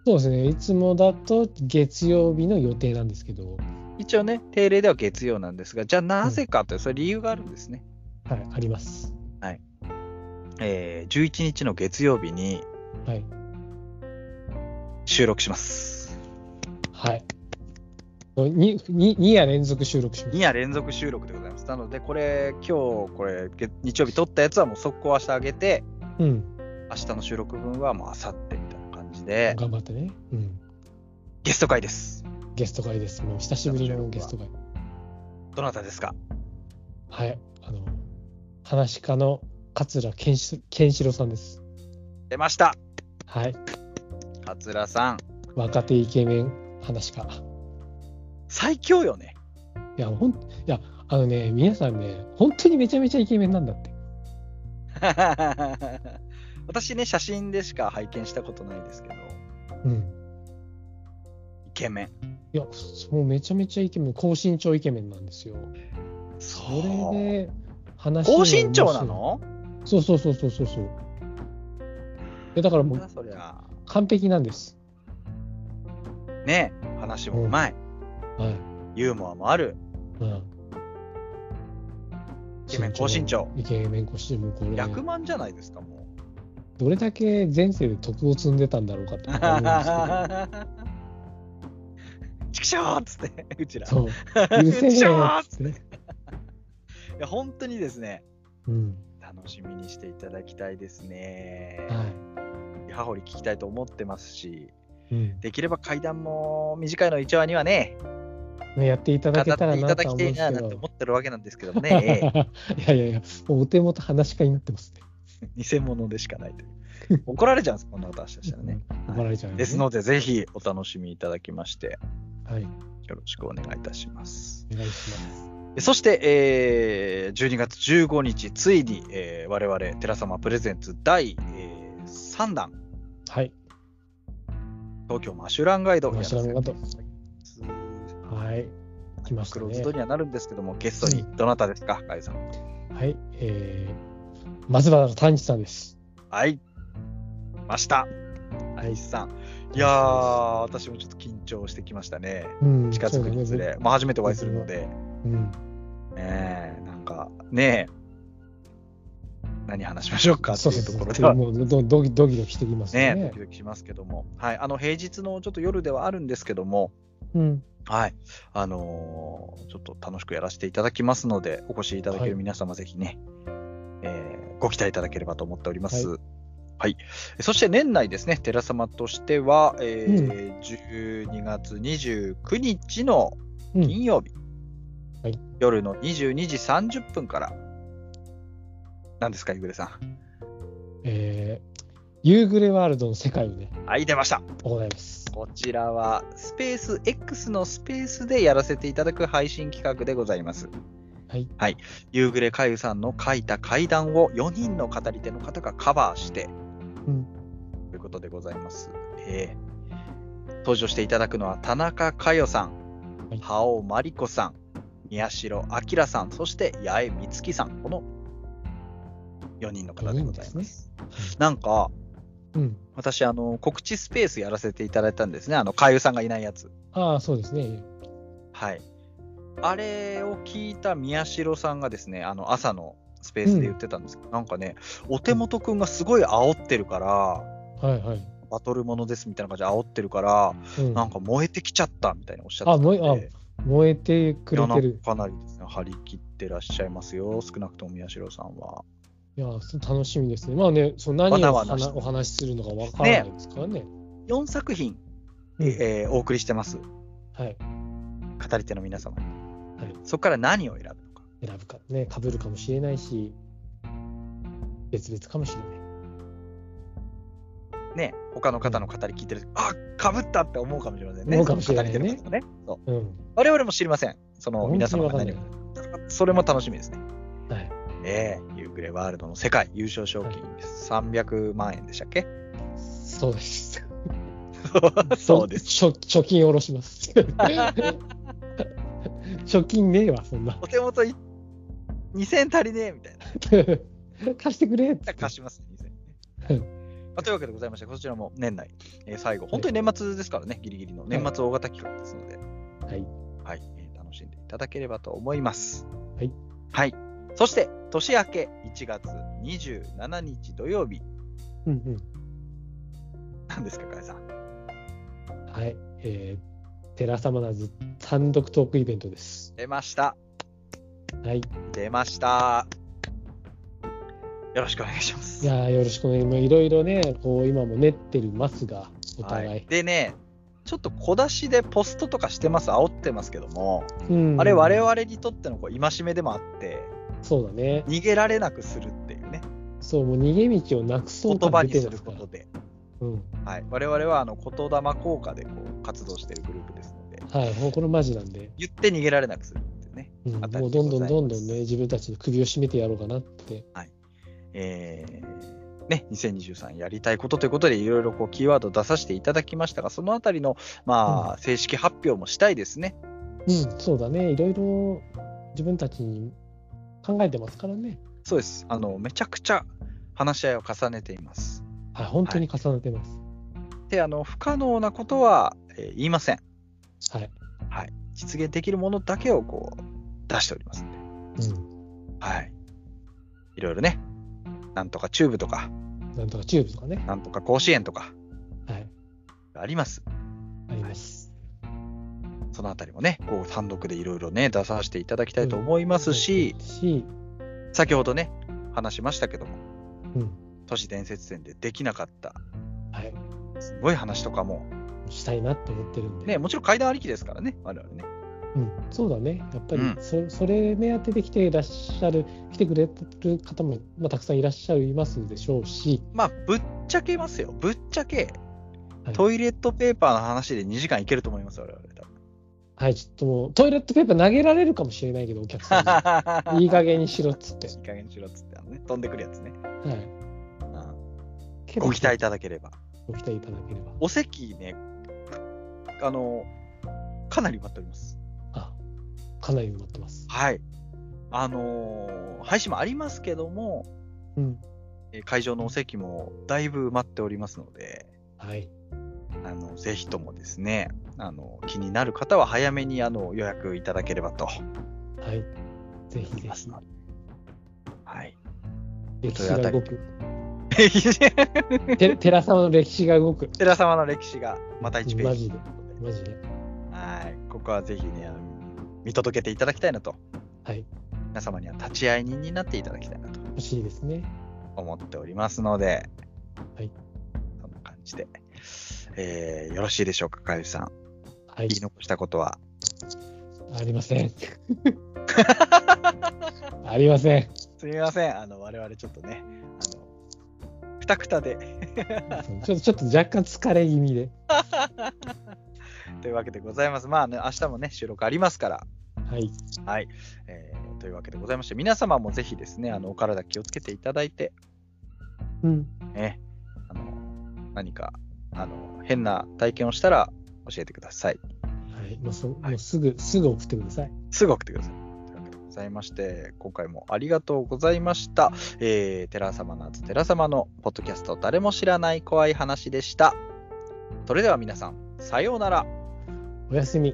C: そうですね。いつもだと月曜日の予定なんですけど、
B: 一応ね、定例では月曜なんですが、じゃあなぜかという、それ理由があるんですね。
C: はい、あります。
B: えー、11日の月曜日に
C: はい。
B: 収録します。
C: はい。にに2夜連続収録します
B: 2。夜連続収録でございます。なので、これ、今日、これ、月日曜日撮ったやつはもう速攻明日上げて、
C: うん。
B: 明日の収録分はもう明後日みたいな感じで、
C: 頑張ってね。うん。
B: ゲスト会です。
C: ゲスト会です。もう久しぶりのゲスト会。
B: どなたですか
C: はい。あの、話し家の桂健志健志郎さんです。
B: 出ました
C: はい。
B: 桂さん。
C: 若手イケメン話し家。
B: 最強よね。
C: いや、ほん、いや、あのね、皆さんね、本当にめちゃめちゃイケメンなんだって。
B: 私ね、写真でしか拝見したことないですけど、
C: うん。
B: イケメン。
C: いや、もうめちゃめちゃイケメン、高身長イケメンなんですよ。
B: そ
C: それで、話
B: 高
C: も
B: 身長なの
C: そうそうそうそうそうそう。いや、だからも
B: なんだ
C: う
B: そりゃ。
C: 完璧なんです。
B: ね話もうまい。
C: はい。
B: ユーモアもある。
C: うん。
B: イケメン高身長。
C: イケメン高身長。もうこれ、
B: 役満じゃないですか、もう。
C: どれだけ前世で徳を積んでたんだろうかと思うんで
B: ちくしょーっつって、うちら。
C: すけ
B: い
C: ど。そう。許せねえよっつってね。
B: や、本当にですね、
C: うん。
B: 楽しみにしていただきたいですね。
C: は
B: ハホリ聞きたいと思ってますし、
C: い。うん
B: できれば階段も短いの一話にはね、
C: ね、やっていた
B: 語
C: だ
B: っ
C: けたら
B: ていた
C: な
B: だ
C: と
B: き
C: は思う
B: て
C: ん
B: い
C: で
B: な
C: す
B: い
C: け
B: な
C: ど
B: と。思ってるわけなんですけども
C: いや
B: ね、
C: いやいや、もうお手元話し家になってますね。
B: 偽物でしかないという。怒られちゃうんです、こんな私たちはね。
C: うん怒られちゃうよね、
B: ですので、ぜひお楽しみいただきまして、
C: はい、
B: よろしくお願いいたします。
C: お願いします。
B: そして、えー12月15日、ついに、えー我々、寺様プレゼンツ第、え3弾、
C: はい、
B: 東京マシュランガイドをやら
C: マシ
B: せ
C: ュ
B: て
C: ランガイド
B: いただきます
C: はい、来まし
B: ク
C: た
B: ローズド
C: ね。
B: にはなるんですけども、ゲストにどなたですか、ガイさん。
C: はい、えー、松原丹治さんです。
B: はい。ました。
C: い
B: はい、さん。いやー、私もちょっと緊張してきましたね。
C: うん、
B: 近づくにつ
C: そうだ
B: れ
C: ね。。
B: まあ、初めてお会いするので、
C: うん、
B: ねえ、なんか、ねえ、何話しましょうかって
C: そう
B: い
C: そうう
B: ところ
C: そう
B: では。ね
C: もうどドキドキドキしてきますよ
B: え
C: ね。
B: ドキドキしますけども、はい、あの平日のちょっと夜ではあるんですけども、
C: うん、
B: はい、あのーちょっと楽しくやらせていただきますので、お越しいただけ
C: は
B: る
C: い
B: 皆様、ぜひね、えご期待いただければと思っております。はい、そして年内ですね、寺様としては、えー12月29日の
C: うん
B: 金曜日、
C: はい
B: 夜の22時30分から、何ですか、ゆぐれさん。
C: えー、夕暮れワールドの世界をね、
B: はい、出ました。
C: 行います。
B: こちらはスペース X のスペースでやらせていただく配信企画でございます。
C: はい。
B: 夕暮れかゆさんの書いた怪談を4人の語り手の方がカバーして、
C: うん
B: ということでございます。えー登場していただくのは田中佳代さん、
C: はい
B: 覇王真理子さん、宮代明さん、そして八重美月さん、この4人の方でござい
C: 四人
B: ま。
C: ですすね
B: なんか、
C: うん。
B: 私、あの、告知スペースやらせていただいたんですね。あの、かゆさんがいないやつ。
C: ああ、そうですね。
B: はい。あれを聞いた宮代さんがですね、あの朝のスペースで言ってたんですけど、なんかね、お手元くんがすごい煽ってるから、
C: はいはい。
B: バトルものですみたいな感じで煽ってるから、
C: うん、
B: なんか燃えてきちゃったみたいなおっしゃってたん
C: あ燃え
B: で、
C: 燃えてくれて
B: いや
C: る。
B: かなりですね、張り切ってらっしゃいますよ、少なくとも宮代さんは。
C: いや、そう楽しみですね。まあね、そう何
B: わ
C: を
B: ざ
C: お
B: わざ
C: 話お話しするのかわからないですからね。
B: 4作品、
C: うん
B: えーお送りしてます、
C: はい。
B: 語り手の皆様に。
C: はい
B: そこから何を選ぶのか。
C: 選ぶか、ね、かぶるかもしれないし、別々かもしれない。
B: ね、他の方の語り聞いてる時、あかぶったって思うかもしれませんね。
C: 思うかもしれないね
B: 語り手の方もね。そう
C: うん。
B: 我々も知りません。その皆様が
C: 本当に
B: 何
C: わ
B: を
C: かん。
B: それも楽しみですね。
C: ない。はい。
B: ええ夕暮れワールドの世界優勝賞金300万円でしたっ け
C: そうです。
B: そうです。
C: す。貯貯金下ろし ます。 貯金ねえわ、そんな。
B: お手元い2000足りねえみたいな。
C: 貸してくれっつって
B: 貸します、2000ね。
C: う
B: まあ、というわけでございまして、こちらも年内、えー最後、本当に年末ですからね、ギリギリの年末大型企画ですので、
C: はい。
B: はい、えー楽しんでいただければと思います。
C: はい。
B: はい。そして、年明け1月27日土曜日、
C: うん
B: なんですか、かえさん。
C: うん。はい。えー、寺様なず単独トークイベントです。
B: 出ました。
C: はい。
B: 出ました。よろしくお願いしま
C: い
B: す。
C: やーよろしくお願いします。いろいろね、こう、今も練ってますが、お互い。
B: はいでね、ちょっと小出しでポストとかしてます、煽ってますけども、
C: うん
B: あれ、我々にとってのこう戒めでもあって、
C: そうだね。
B: 逃げられなくするっていうね、
C: そう、もう逃げ道をなくそう
B: 言
C: 感
B: 葉
C: 出
B: に
C: て
B: す
C: ま
B: る
C: すか
B: こ
C: ら
B: と。で、
C: うん。
B: はい、我々はあの言霊効果でこう活動しているグループですので、
C: はい、もうこれマジなんで。
B: 言って逃げられなくするっていうね、
C: うん、
B: あたり
C: もう
B: でご
C: ど
B: ざ
C: ん
B: います
C: どんどんどんね、自分たちの首を絞めてやろうかなって。
B: えーね、2023やりたいことということで、いろいろこうキーワード出させていただきましたが、そのあたりの、まあ、正式発表もしたいですね。
C: うん、そうだね。いろいろ自分たちに考えてますからね。
B: そうです。あの、めちゃくちゃ話し合いを重ねています。
C: はい、本当に重ねてます。
B: で、あの、不可能なことは、えー言いません。
C: はい。
B: 実現できるものだけをこう、出しておりますんで。
C: うん。
B: はい。いろいろね、なんとかチューブとか、
C: なんとかチューブとかね。
B: なんとか甲子園とか、
C: はい。
B: あります。
C: あります。
B: そのあたりもね、こう単独でいろいろね、出させていただきたいと思いますし、
C: し、
B: 先ほどね、話しましたけども、
C: うん。
B: 都市伝説展でできなかった、
C: はい。
B: すごい話とかも、
C: したいなって思ってるんで。
B: ね、もちろん階段ありきですからね、我々ね。
C: うん、そうだね、やっぱり
B: うん
C: そ,、それ目当てで来ていらっしゃる、来てくれる方も、まあ、たくさんいらっしゃいますでしょうし、
B: まあ、ぶっちゃけますよ。ぶっちゃけ、
C: はい
B: トイレットペーパーの話で2時間いけると思います、我々多
C: はい、ちょっともうトイレットペーパー投げられるかもしれないけど、お客さんに
B: 分。
C: いい加減にしろっつって。
B: いい加減にしろっつって、あのね、飛んでくるやつね。
C: は
B: う
C: い、
B: ん
C: けど
B: ご期待いただければ。
C: ご期待いただければ。
B: お席ね、あの、かなり埋まっております。
C: あかなり埋まってます。
B: はい。あのー配信もありますけども、
C: うん
B: えー会場のお席もだいぶ埋まっておりますので、
C: はい、
B: あのぜひともですねあの、気になる方は早めにあの予約いただければと
C: はい、ぜひ
B: 思い
C: ぜ
B: ま
C: ひ
B: すので。はい。
C: 歴史が動く、て寺様の歴史が動く、
B: 寺様の歴史が また1ペー
C: マ
B: ジ
C: ジ。でマジで。
B: はい。ここはぜひね、あの見届けていただきたいなと。
C: はい、
B: 皆様には立ち会い人になっていただきたいなと
C: 欲しいですね。
B: 思っておりますので、
C: はい。
B: そんな感じで、えー、よろしいでしょうか、かゆさん。
C: はい
B: 言い残したことは。
C: ありませ んありません
B: すみません、あの、我々ちょっとね、あの、くたくたで、
C: ちょっとちょっと若干疲れ気味で
B: というわけでございます。まあね、明日もね、収録ありますから、
C: はい
B: はい、えーというわけでございまして、皆様もぜひですね、あの、お体気をつけていただいて、
C: うん
B: ね、あの、何か、あの、変な体験をしたら教えてください。
C: はいもうそもうすぐすぐ送ってください
B: すぐ送ってください。というわけでございまして、今回もありがとうございました。えー、寺様のあつ寺様のポッドキャスト、誰も知らない怖い話でした。それでは皆さん、さようなら。
C: おやすみ